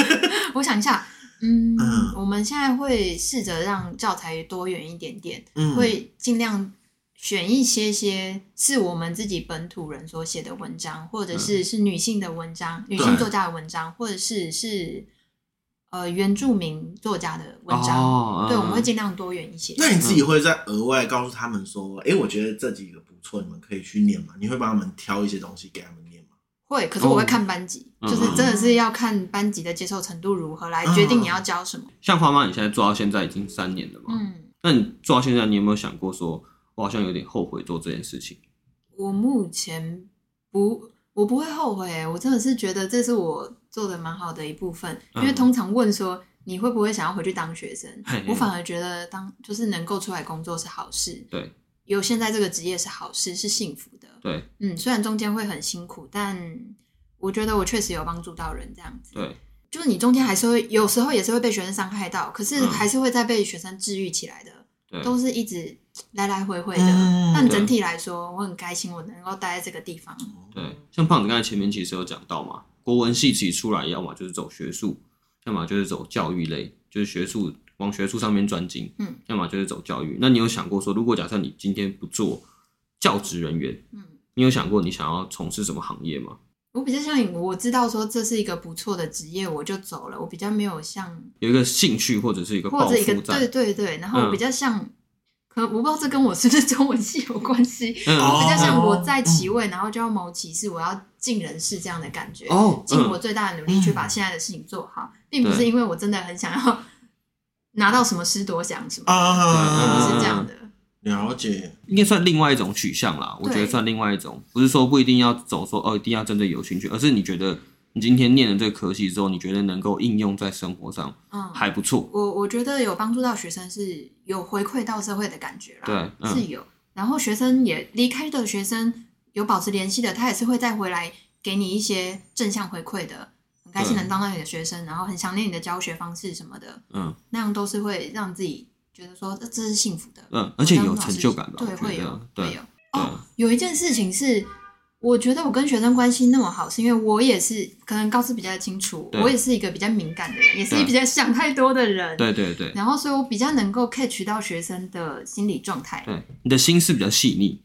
[SPEAKER 3] 我想一下，嗯，
[SPEAKER 2] 嗯
[SPEAKER 3] 我们现在会试着让教材多元一点点，
[SPEAKER 2] 嗯，
[SPEAKER 3] 会尽量选一些些是我们自己本土人所写的文章，或
[SPEAKER 1] 嗯
[SPEAKER 3] 者是是女性的文章，女性
[SPEAKER 2] 对
[SPEAKER 3] 作家的文章，或者是是呃原住民作家的文章。
[SPEAKER 1] 哦
[SPEAKER 3] 对，我们会
[SPEAKER 1] 嗯
[SPEAKER 3] 尽量多元一些。
[SPEAKER 2] 那你自己会在额外告诉他们说，哎、我觉得这几个不错，你们可以去念嘛？你会帮他们挑一些东西给他们念吗？
[SPEAKER 3] 会，可是我会看班级，
[SPEAKER 1] 哦
[SPEAKER 3] 就是真的是要看班级的接受程度如何
[SPEAKER 1] 嗯
[SPEAKER 3] 来决定你要教什么。
[SPEAKER 1] 像花妈，你现在做到现在已经三年了嘛？
[SPEAKER 3] 嗯，
[SPEAKER 1] 那你做到现在，你有没有想过说，我好像有点后悔做这件事情？
[SPEAKER 3] 我目前不，我不会后悔、欸我真的是觉得这是我做的蛮好的一部分，因
[SPEAKER 1] 嗯
[SPEAKER 3] 为通常问说。你会不会想要回去当学生
[SPEAKER 1] 嘿？
[SPEAKER 3] 我反而觉得当就是能够出来工作是好事，
[SPEAKER 1] 对
[SPEAKER 3] 有现在这个职业是好事，是幸福的。
[SPEAKER 1] 对
[SPEAKER 3] 嗯，虽然中间会很辛苦，但我觉得我确实有帮助到人这样子。
[SPEAKER 1] 对，
[SPEAKER 3] 就是你中间还是会有时候也是会被学生伤害到，可是还是会再被学生治愈起来的，
[SPEAKER 1] 嗯对
[SPEAKER 3] 都是一直来来回回的。
[SPEAKER 2] 嗯
[SPEAKER 3] 但
[SPEAKER 1] 对
[SPEAKER 3] 整体来说，我很开心我能够待在这个地方。
[SPEAKER 1] 对，像胖子刚才前面其实有讲到嘛，国文系其实出来，要么就是走学术，要么就是走教育类，就是学术往学术上面专精，
[SPEAKER 3] 嗯，
[SPEAKER 1] 要么就是走教育。那你有想过说，如果假设你今天不做教职人员，
[SPEAKER 3] 嗯，
[SPEAKER 1] 你有想过你想要从事什么行业吗？
[SPEAKER 3] 我比较像你我知道说这是一个不错的职业，我就走了。我比较没有像
[SPEAKER 1] 有一个兴趣或者是一个
[SPEAKER 3] 或
[SPEAKER 1] 抱
[SPEAKER 3] 者一个
[SPEAKER 1] 负
[SPEAKER 3] 对
[SPEAKER 1] 在，
[SPEAKER 3] 对对，然后我
[SPEAKER 1] 嗯
[SPEAKER 3] 比较像，可我不知道这跟我是不是中文系有关系，
[SPEAKER 1] 嗯
[SPEAKER 2] 哦
[SPEAKER 3] 比较像我在其位，然后就要谋其事，我要尽人事这样的感觉，
[SPEAKER 1] 哦
[SPEAKER 3] 尽
[SPEAKER 1] 嗯
[SPEAKER 3] 我最大的努力去把现在的事情做好，并不是因为我真的很想要 拿到什么师多奖什么，
[SPEAKER 2] 啊，
[SPEAKER 3] 不
[SPEAKER 1] 嗯
[SPEAKER 3] 是这样的。
[SPEAKER 2] 了解，
[SPEAKER 1] 应该算另外一种取向啦。我觉得
[SPEAKER 3] 对
[SPEAKER 1] 算另外一种，不是说不一定要走说哦，一定要真的有兴趣，而是你觉得你今天念了这个科系之后，你觉得能够应用在生活上
[SPEAKER 3] 嗯，
[SPEAKER 1] 还不错。
[SPEAKER 3] 我我觉得有帮助到学生是有回馈到社会的感觉啦，
[SPEAKER 1] 对嗯
[SPEAKER 3] 是有。然后学生也离开的学生有保持联系的，他也是会再回来给你一些正向回馈的。很开心
[SPEAKER 1] 对
[SPEAKER 3] 能当到你的学生，然后很想念你的教学方式什么的，
[SPEAKER 1] 嗯
[SPEAKER 3] 那样都是会让自己觉得说这这是幸福的，
[SPEAKER 1] 嗯，而且
[SPEAKER 3] 我当
[SPEAKER 1] 有
[SPEAKER 3] 老
[SPEAKER 1] 成
[SPEAKER 3] 师
[SPEAKER 1] 就感吧？
[SPEAKER 3] 对，
[SPEAKER 1] 我
[SPEAKER 3] 会
[SPEAKER 1] 觉
[SPEAKER 3] 有
[SPEAKER 1] 得，
[SPEAKER 3] 会
[SPEAKER 1] 对
[SPEAKER 3] 有。哦，有一件事情是，我觉得我跟学生关系那么好，是因为我也是可能高斯比较清楚，
[SPEAKER 1] 对
[SPEAKER 3] 我也是一个比较敏感的人，也是
[SPEAKER 1] 对
[SPEAKER 3] 比较想太多的人。
[SPEAKER 1] 对对对
[SPEAKER 3] 然后，所以我比较能够 catch 到学生的心理状态。
[SPEAKER 1] 对，你的心思比较细腻，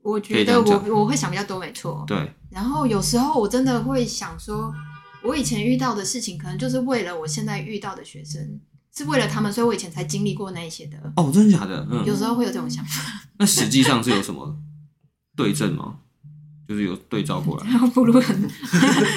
[SPEAKER 3] 我
[SPEAKER 1] 可
[SPEAKER 3] 觉
[SPEAKER 1] 以这
[SPEAKER 3] 得
[SPEAKER 1] 样
[SPEAKER 3] 我
[SPEAKER 1] 讲嗯
[SPEAKER 3] 我会想比较多，没错。
[SPEAKER 1] 对
[SPEAKER 3] 然后有时候我真的会想说，我以前遇到的事情，可能就是为了我现在遇到的学生，是为了他们，所以我以前才经历过那一些的。
[SPEAKER 1] 哦，真的假的？
[SPEAKER 3] 有
[SPEAKER 1] 嗯，
[SPEAKER 3] 时候会有这种想法，
[SPEAKER 1] 那实际上是有什么对症吗？就是有对照过来，
[SPEAKER 3] 然后不如很，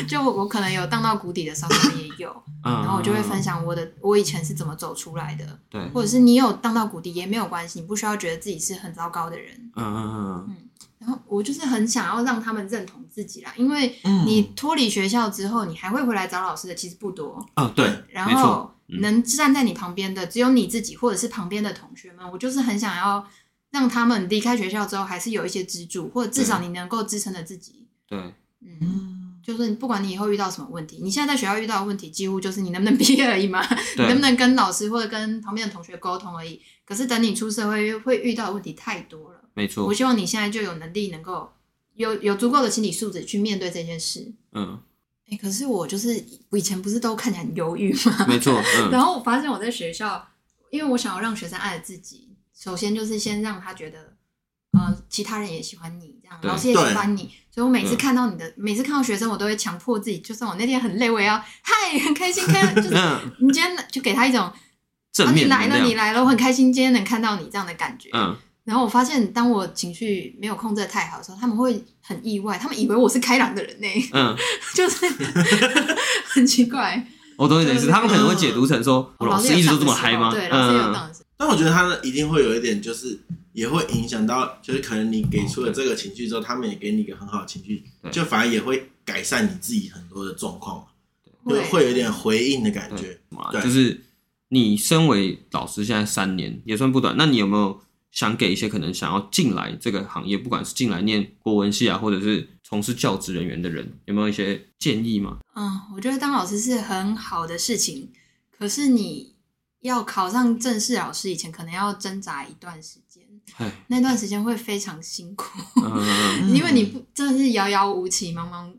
[SPEAKER 3] 就我我可能有荡到谷底的时候，可能也有。
[SPEAKER 1] 嗯，
[SPEAKER 3] 然后我就会分
[SPEAKER 1] 享，
[SPEAKER 3] 享我的我以前是怎么走出来的，
[SPEAKER 1] 对，嗯
[SPEAKER 3] 或者是你有荡到谷底也没有关系，你不需要觉得自己是很糟糕的人。
[SPEAKER 1] 嗯嗯
[SPEAKER 3] 然后我就是很想要让他们认同自己啦，因为
[SPEAKER 2] 嗯
[SPEAKER 3] 你脱离学校之后，你还会回来找老师的其实不多，
[SPEAKER 1] 嗯，啊，对，
[SPEAKER 3] 然
[SPEAKER 1] 没错，
[SPEAKER 3] 后能站在你旁边的只有你自己或者是旁边的同学们。我就是很想要让他们离开学校之后，还是有一些支柱，或者至少你能够支撑着自己。
[SPEAKER 1] 对，
[SPEAKER 3] 嗯，
[SPEAKER 2] 嗯，
[SPEAKER 3] 就是不管你以后遇到什么问题，你现在在学校遇到的问题，几乎就是你能不能毕业而已嘛。你能
[SPEAKER 1] 对，
[SPEAKER 3] 不能跟老师或者跟旁边的同学沟通而已。可是等你出社会，会遇到的问题太多了。
[SPEAKER 1] 没
[SPEAKER 3] 我
[SPEAKER 1] 错，
[SPEAKER 3] 希望你现在就有能力，能够有有足够的心理素质去面对这件事。
[SPEAKER 1] 嗯，
[SPEAKER 3] 哎、可是我就是我以前不是都看起来很忧郁吗？
[SPEAKER 1] 没错，嗯
[SPEAKER 3] 然后我发现我在学校，因为我想要让学生爱自己，首先就是先让他觉得，呃，其他人也喜欢你，这样
[SPEAKER 1] 对
[SPEAKER 3] 老师也喜欢你。所以我每次
[SPEAKER 1] 嗯
[SPEAKER 3] 看到你的，每次看到学生，我都会强迫自己，就算我那天很累，我也要嗨，很开心，看，就是
[SPEAKER 1] 嗯，
[SPEAKER 3] 你今天就给他一种
[SPEAKER 1] 正面
[SPEAKER 3] 啊、你来了，
[SPEAKER 1] 能
[SPEAKER 3] 你
[SPEAKER 1] 量，
[SPEAKER 3] 来了，我很开心今天能看到你这样的感觉。
[SPEAKER 1] 嗯，
[SPEAKER 3] 然后我发现，当我情绪没有控制得太好的时候，他们会很意外，他们以为我是开朗的人呢、
[SPEAKER 1] 嗯，
[SPEAKER 3] 就是 很奇怪。
[SPEAKER 1] 我懂你的意思，他们可能会解读成说，我老师
[SPEAKER 3] 哦有
[SPEAKER 1] 一直都
[SPEAKER 3] 上
[SPEAKER 1] 这么
[SPEAKER 3] 的时候
[SPEAKER 1] 嗨吗？
[SPEAKER 3] 对，老师也有
[SPEAKER 1] 嗯，
[SPEAKER 3] 当时。
[SPEAKER 2] 但我觉得他呢一定会有一点，就是也会影响到，就是可能你给出了这个情绪之后，他们也给你一个很好的情绪
[SPEAKER 1] 对，
[SPEAKER 2] 就反而也会改善你自己很多的状况，就
[SPEAKER 3] 会
[SPEAKER 2] 会有一点回应的感觉。对
[SPEAKER 1] 就是你身为老师现在三年也算不短，那你有没有想给一些可能想要进来这个行业，不管是进来念国文系啊，或者是从事教职人员的人，有没有一些建议吗？
[SPEAKER 3] 嗯，我觉得当老师是很好的事情，可是你要考上正式老师以前，可能要挣扎一段时间，
[SPEAKER 1] 哎，
[SPEAKER 3] 那段时间会非常辛苦。
[SPEAKER 1] 嗯，
[SPEAKER 2] 嗯
[SPEAKER 3] 因为你不真的是遥遥无期，茫茫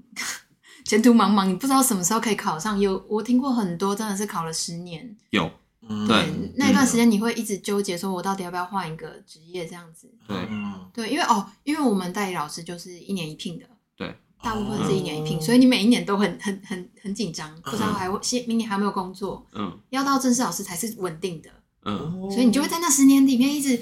[SPEAKER 3] 前途茫茫，你不知道什么时候可以考上。有我听过很多真的是考了十年，
[SPEAKER 1] 有，
[SPEAKER 2] 嗯
[SPEAKER 1] 对
[SPEAKER 3] 嗯那一段时，间你会一直纠结，说我到底要不要换一个职业这样子？
[SPEAKER 1] 对，
[SPEAKER 2] 嗯，
[SPEAKER 3] 对，因为哦，因为我们代理老师就是一年一聘的，
[SPEAKER 1] 对，
[SPEAKER 3] 大部分是一年一聘，
[SPEAKER 2] 哦
[SPEAKER 3] 所以你每一年都很很很很紧张，不知道还会现明年还有没有工作，
[SPEAKER 1] 嗯
[SPEAKER 3] 要到正式老师才是稳定的，
[SPEAKER 2] 哦
[SPEAKER 1] 嗯，
[SPEAKER 3] 所以你就会在那十年里面一直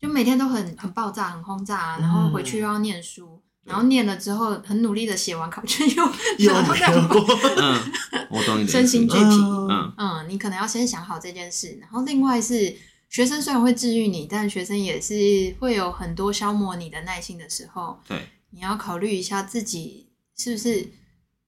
[SPEAKER 3] 就每天都很很爆炸、很轰炸、啊，然后回去
[SPEAKER 2] 嗯
[SPEAKER 3] 又要念书，
[SPEAKER 1] 对
[SPEAKER 3] 然后念了之后很努力的写完考卷 又
[SPEAKER 2] 有
[SPEAKER 3] 然后
[SPEAKER 2] 没
[SPEAKER 3] 再
[SPEAKER 2] 有过？
[SPEAKER 1] 嗯，我懂你的意思
[SPEAKER 3] 身心俱疲。
[SPEAKER 1] 嗯，
[SPEAKER 3] 嗯，你可能要先想好这件事，然后另外是学生虽然会治愈你，但学生也是会有很多消磨你的耐心的时候，
[SPEAKER 1] 对，
[SPEAKER 3] 你要考虑一下自己是不是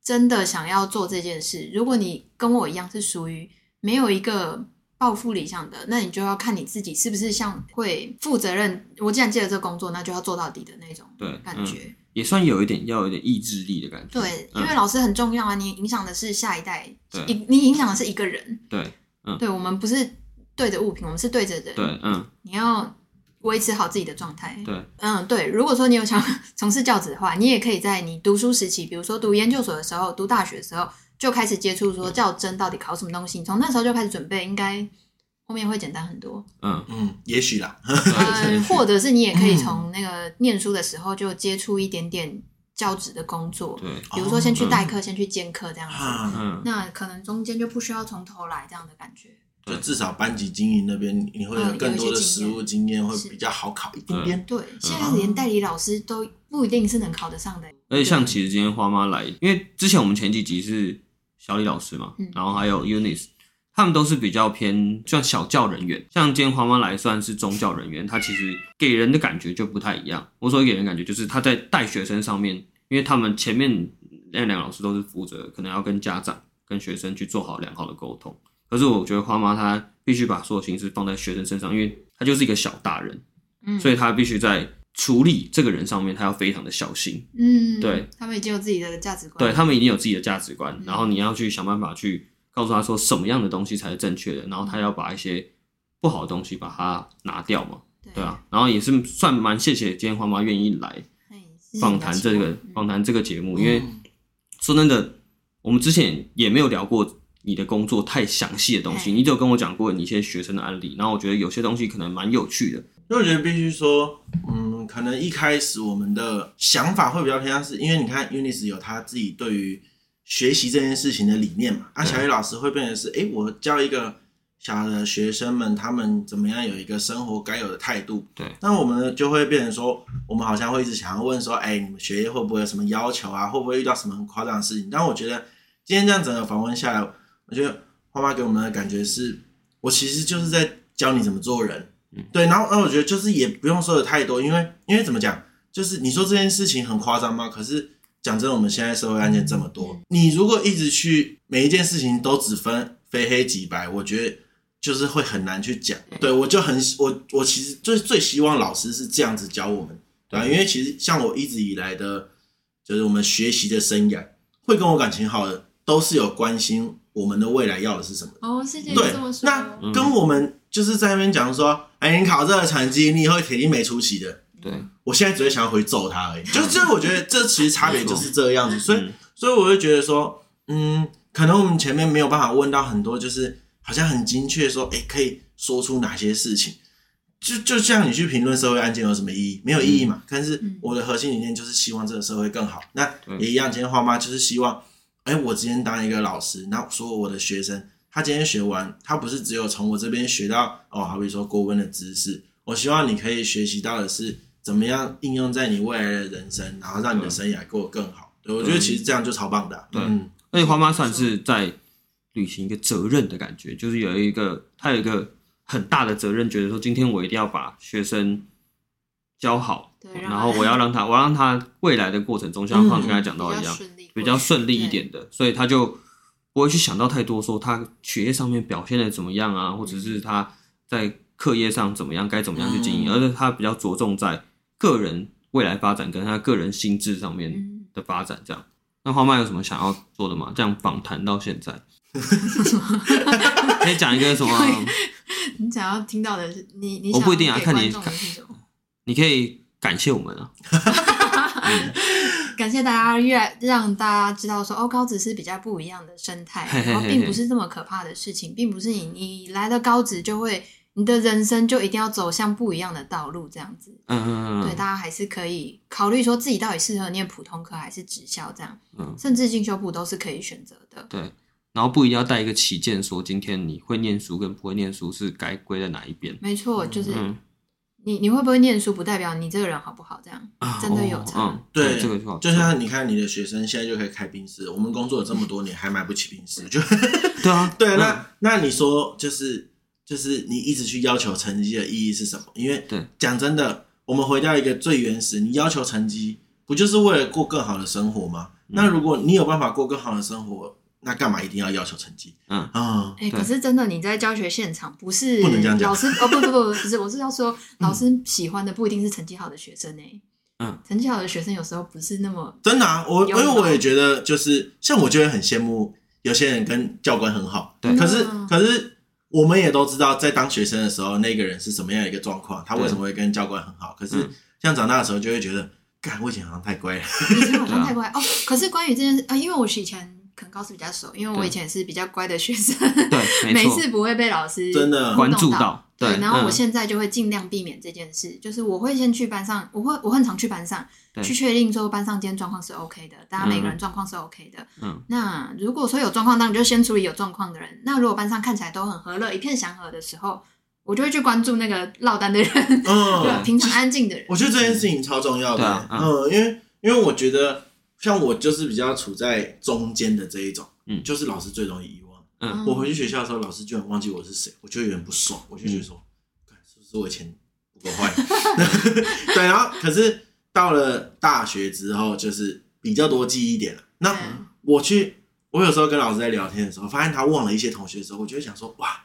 [SPEAKER 3] 真的想要做这件事。如果你跟我一样是属于没有一个抱负理想的，那你就要看你自己是不是像会负责任。我既然接了这个工作，那就要做到底的那种
[SPEAKER 1] 对
[SPEAKER 3] 感觉。
[SPEAKER 1] 也算有一点要有一点意志力的感觉。
[SPEAKER 3] 对，因
[SPEAKER 1] 嗯
[SPEAKER 3] 为老师很重要啊，你影响的是下一代，
[SPEAKER 1] 对
[SPEAKER 3] 你你影响的是一个人。
[SPEAKER 1] 对，嗯
[SPEAKER 3] 对我们不是对着物品，我们是对着人。
[SPEAKER 1] 对，嗯，
[SPEAKER 3] 你要维持好自己的状态。
[SPEAKER 1] 对，
[SPEAKER 3] 嗯，对。如果说你有想 从事教职的话，你也可以在你读书时期，比如说读研究所的时候、读大学的时候，就开始接触说教真到底考什么东西，你从那时候就开始准备，应该后面会简单很多。
[SPEAKER 1] 嗯，
[SPEAKER 2] 嗯，也许
[SPEAKER 3] 呃
[SPEAKER 2] 啦，
[SPEAKER 1] 对
[SPEAKER 3] 嗯，或者是你也可以从那个念书的时候就接触一点点教职的工作，
[SPEAKER 1] 对，
[SPEAKER 3] 比如说先去
[SPEAKER 1] 哦
[SPEAKER 3] 代课，先去兼课这样子，
[SPEAKER 2] 啊，
[SPEAKER 1] 嗯，
[SPEAKER 3] 那可能中间就不需要从头来这样的感觉。
[SPEAKER 2] 就至少班级经营那边，你会
[SPEAKER 3] 嗯
[SPEAKER 2] 有更多的实务经验，会比较好考一点点。
[SPEAKER 1] 嗯
[SPEAKER 3] 对，现在连代理老师都不一定是能考得上的。
[SPEAKER 1] 而且像其实今天花妈来，因为之前我们前几集是小李老师嘛，
[SPEAKER 3] 嗯
[SPEAKER 1] 然后还有 Unis，他们都是比较偏像小教人员，像今天花妈来算是宗教人员，他其实给人的感觉就不太一样。我所谓给人的感觉就是他在带学生上面，因为他们前面那两个老师都是负责可能要跟家长、跟学生去做好良好的沟通，可是我觉得花妈她必须把所有心思放在学生身上，因为她就是一个小大人，
[SPEAKER 3] 嗯，
[SPEAKER 1] 所以她必须在处理这个人上面，她要非常的小心。
[SPEAKER 3] 嗯，
[SPEAKER 1] 对，
[SPEAKER 3] 他们已经有自己的价值观。
[SPEAKER 1] 对他们一定有自己的价值
[SPEAKER 3] 嗯
[SPEAKER 1] 观，然后你要去想办法去告诉他说什么样的东西才是正确的，然后他要把一些不好的东西把它拿掉嘛，
[SPEAKER 3] 对
[SPEAKER 1] 对，啊，然后也是算蛮谢谢今天花妈愿意来
[SPEAKER 3] 嘿是
[SPEAKER 1] 访谈这个
[SPEAKER 3] 嗯
[SPEAKER 1] 访谈这个节目，因
[SPEAKER 2] 嗯
[SPEAKER 1] 为说真的，我们之前也没有聊过你的工作太详细的东西，
[SPEAKER 3] 哎
[SPEAKER 1] 你只有跟我讲过你一些学生的案例，然后我觉得有些东西可能蛮有趣的，
[SPEAKER 2] 因为我觉得必须说，嗯，可能一开始我们的想法会比较偏向是，因为你看 Unis 有他自己对于学习这件事情的理念嘛，啊，
[SPEAKER 1] 对
[SPEAKER 2] 小雨老师会变成是，诶，我教一个小的学生们，他们怎么样有一个生活该有的态度，
[SPEAKER 1] 对
[SPEAKER 2] 那我们就会变成说，我们好像会一直想要问说，哎、你们学业会不会有什么要求啊？会不会遇到什么很夸张的事情？但我觉得今天这样整个访问下来，我觉得花妈给我们的感觉是，我其实就是在教你怎么做人。
[SPEAKER 1] 嗯
[SPEAKER 2] 对，然后呃那我觉得就是也不用说的太多，因为因为怎么讲，就是你说这件事情很夸张吗？可是讲真的，我们现在社会案件这么多，你如果一直去每一件事情都只分非黑即白，我觉得就是会很难去讲。对我就很我我其实最最希望老师是这样子教我们，对、啊，因为其实像我一直以来的，就是我们学习的生涯，会跟我感情好的，都是有关心我们的未来要的是什么。
[SPEAKER 3] 哦，是这
[SPEAKER 2] 对
[SPEAKER 3] 这么，说。
[SPEAKER 2] 那跟我们就是在那边讲说，哎、你考这个成绩，你以后铁定没出息的。
[SPEAKER 1] 对，
[SPEAKER 2] 我现在只会想要回揍他而 已。就就我觉得这其实差别就是这个样子，所以
[SPEAKER 1] 嗯
[SPEAKER 2] 所以我就觉得说，嗯，可能我们前面没有办法问到很多，就是好像很精确说，哎、可以说出哪些事情。就就像你去评论社会案件有什么意义？没有意义嘛。但是
[SPEAKER 3] 嗯
[SPEAKER 2] 我的核心理念就是希望这个社会更好。那
[SPEAKER 1] 对
[SPEAKER 2] 也一样，今天花妈就是希望，哎、我今天当一个老师，那所有我的学生，他今天学完，他不是只有从我这边学到哦，好比说国文的知识，我希望你可以学习到的是怎么样应用在你未来的人生，然后让你的生涯过得更好。对，我觉得其实这样就超棒的啊、
[SPEAKER 1] 对
[SPEAKER 2] 嗯，
[SPEAKER 1] 而且花妈算是在履行一个责任的感觉，就是有一个她有一个很大的责任，觉得说今天我一定要把学生教好，
[SPEAKER 3] 对让他
[SPEAKER 1] 然后我要让他，我要让他未来的过程中，像胖子刚才讲到一
[SPEAKER 3] 比较
[SPEAKER 1] 样，
[SPEAKER 3] 顺利，
[SPEAKER 1] 比较顺利一点的，所以他就不会去想到太多，说他学业上面表现的怎么样啊，或者是他在课业上怎么样，该怎么样去经营，
[SPEAKER 2] 嗯
[SPEAKER 1] 而是他比较着重在个人未来发展跟他个人心智上面。
[SPEAKER 3] 对。嗯
[SPEAKER 1] 的发展这样。那花妈有什么想要做的吗？这样访谈到现 在，可以讲一个什么？
[SPEAKER 3] 你想要听到的是你，你
[SPEAKER 1] 我
[SPEAKER 3] 想
[SPEAKER 1] 不一定啊
[SPEAKER 3] 给
[SPEAKER 1] 看你
[SPEAKER 3] 观众的是什么
[SPEAKER 1] 你可以感谢我们啊，
[SPEAKER 3] 感谢大家越来让大家知道说，哦，高职是比较不一样的生态，
[SPEAKER 1] 嘿嘿嘿
[SPEAKER 3] 然后并不是这么可怕的事情，并不是你你来了高职就会，你的人生就一定要走向不一样的道路这样子。
[SPEAKER 1] 嗯嗯嗯
[SPEAKER 3] 对，
[SPEAKER 1] 嗯，
[SPEAKER 3] 大家还是可以考虑说自己到底适合念普通科还是职校这样，
[SPEAKER 1] 嗯
[SPEAKER 3] 甚至进修部都是可以选择的。
[SPEAKER 1] 对。然后不一定要带一个旗舰，说今天你会念书跟不会念书是该归在哪一边。
[SPEAKER 3] 没错，就是
[SPEAKER 1] 嗯
[SPEAKER 3] 你你会不会念书，不代表你这个人好不好这样。
[SPEAKER 1] 啊，
[SPEAKER 3] 真的有
[SPEAKER 1] 哦
[SPEAKER 3] 差
[SPEAKER 1] 嗯，
[SPEAKER 2] 对，
[SPEAKER 1] 这个就好，
[SPEAKER 2] 就像你看，你的学生现在就可以开冰室，我们工作了这么多年还买不起冰室，就
[SPEAKER 1] 对啊，
[SPEAKER 2] 对，那那你说就是就是你一直去要求成绩的意义是什么？因为
[SPEAKER 1] 对
[SPEAKER 2] 讲真的，我们回到一个最原始，你要求成绩不就是为了过更好的生活吗？那如果你有办法过更好的生活，那干嘛一定要要求成绩？
[SPEAKER 1] 嗯
[SPEAKER 2] 啊、
[SPEAKER 1] 对
[SPEAKER 3] 哎、可是真的，你在教学现场不是
[SPEAKER 2] 不能这样讲
[SPEAKER 3] 老师哦，不不不，不是，我是 要说，老师喜欢的不一定是成绩好的学生呢、
[SPEAKER 1] 嗯，
[SPEAKER 3] 成绩好的学生有时候不是那么
[SPEAKER 2] 真的啊，我因
[SPEAKER 3] 有吗
[SPEAKER 2] 为我也觉得就是像我就会很羡慕有些人跟教官很好，
[SPEAKER 1] 对
[SPEAKER 2] 可是
[SPEAKER 3] 嗯
[SPEAKER 2] 可是。我们也都知道，在当学生的时候，那个人是什么样的一个状况，他为什么会跟教官很好？可是
[SPEAKER 1] 嗯
[SPEAKER 2] 像长大的时候，就会觉得，干，我以前好像太乖了。
[SPEAKER 3] 以前好
[SPEAKER 1] 对啊
[SPEAKER 3] 像太乖、哦。可是关于这件事啊、因为我是以前可能高师比较熟，因为我
[SPEAKER 1] 对
[SPEAKER 3] 以前是比较乖的学生，
[SPEAKER 1] 对，没
[SPEAKER 3] 每
[SPEAKER 1] 错，
[SPEAKER 3] 次不会被老师
[SPEAKER 2] 真的
[SPEAKER 3] 糊弄
[SPEAKER 1] 关注
[SPEAKER 3] 到。
[SPEAKER 1] 到，对，
[SPEAKER 3] 然后我
[SPEAKER 1] 嗯
[SPEAKER 3] 现在就会尽量避免这件事，就是我会先去班上，我会我很常去班上
[SPEAKER 1] 对
[SPEAKER 3] 去确定说班上今天状况是 OK 的，大家每个
[SPEAKER 1] 嗯
[SPEAKER 3] 人状况是 OK 的。
[SPEAKER 1] 嗯，
[SPEAKER 3] 那如果说有状况，那你就先处理有状况的人。那如果班上看起来都很和乐，一片祥和的时候，我就会去关注那个落单的人，
[SPEAKER 2] 嗯
[SPEAKER 3] 对，，平常安静的 人。
[SPEAKER 2] 我觉得这件事情超重要的、
[SPEAKER 1] 对啊嗯
[SPEAKER 2] 嗯，因为因为我觉得像我就是比较处在中间的这一种，
[SPEAKER 1] 嗯
[SPEAKER 2] 就是老师最容易遗忘。
[SPEAKER 1] 嗯
[SPEAKER 2] 我回去学校的时候，老师居然忘记我是谁，我就有点不爽，我就
[SPEAKER 1] 嗯
[SPEAKER 2] 觉得说，干是不是我以前不够 坏？对，然后可是到了大学之后，就是比较多记忆点了。那
[SPEAKER 3] 嗯
[SPEAKER 2] 我去，我有时候跟老师在聊天的时候，发现他忘了一些同学的时候，我就会想说，哇，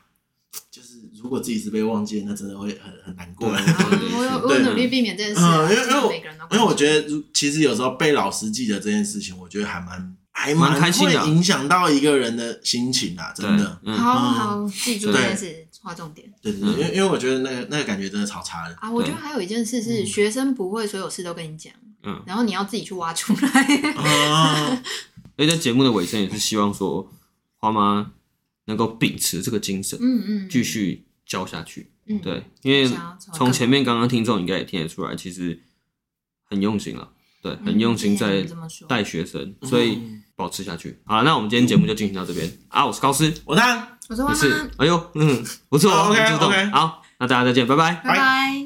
[SPEAKER 2] 就是如果自己是被忘记的，那真的会很很难过。
[SPEAKER 1] 对
[SPEAKER 3] 啊我有我
[SPEAKER 2] 对
[SPEAKER 3] 有努力避免这件事
[SPEAKER 2] 嗯，
[SPEAKER 3] 啊，
[SPEAKER 2] 因为因
[SPEAKER 3] 真
[SPEAKER 2] 为
[SPEAKER 3] 的
[SPEAKER 2] 我
[SPEAKER 3] 每个人都
[SPEAKER 2] 因为我觉得如，其实有时候被老师记得这件事情，我觉得还蛮还
[SPEAKER 1] 蛮开心的啊
[SPEAKER 2] 会影响到一个人的心情啊，
[SPEAKER 1] 对
[SPEAKER 2] 真的。，
[SPEAKER 1] 嗯，
[SPEAKER 3] 好
[SPEAKER 2] 嗯
[SPEAKER 3] 好记住这
[SPEAKER 2] 对
[SPEAKER 3] 件事，划重点
[SPEAKER 2] 对对，对因为因为我觉得那个那个感觉真的超差的。
[SPEAKER 3] 啊。我觉得
[SPEAKER 1] 对
[SPEAKER 3] 还有一件事是，
[SPEAKER 2] 嗯
[SPEAKER 3] 学生不会所有事都跟你讲，
[SPEAKER 1] 嗯
[SPEAKER 3] 然后你要自己去挖出来。
[SPEAKER 2] 啊，
[SPEAKER 1] 所以在节目的尾声也是希望说花妈能够秉持这个精神，
[SPEAKER 3] 嗯嗯，
[SPEAKER 1] 继续教下去。
[SPEAKER 3] 嗯，
[SPEAKER 1] 对，因为
[SPEAKER 3] 想要
[SPEAKER 1] 从前面刚刚听众应该也听得出来，其实很用心了，对，
[SPEAKER 3] 嗯
[SPEAKER 1] 很用心
[SPEAKER 3] 之前有
[SPEAKER 1] 在
[SPEAKER 3] 人这么说
[SPEAKER 1] 带学生，所以保持下去。好，那我们今天节目就进行到这边啊，我是高斯，
[SPEAKER 2] 我当然
[SPEAKER 3] 我说
[SPEAKER 1] 不
[SPEAKER 3] 妈
[SPEAKER 1] 是
[SPEAKER 3] 妈，，
[SPEAKER 1] 哎呦，嗯，不错哦，
[SPEAKER 2] 好，OK，
[SPEAKER 1] 很主动
[SPEAKER 2] OK
[SPEAKER 1] 好，那大家再见，拜拜。
[SPEAKER 3] 拜拜。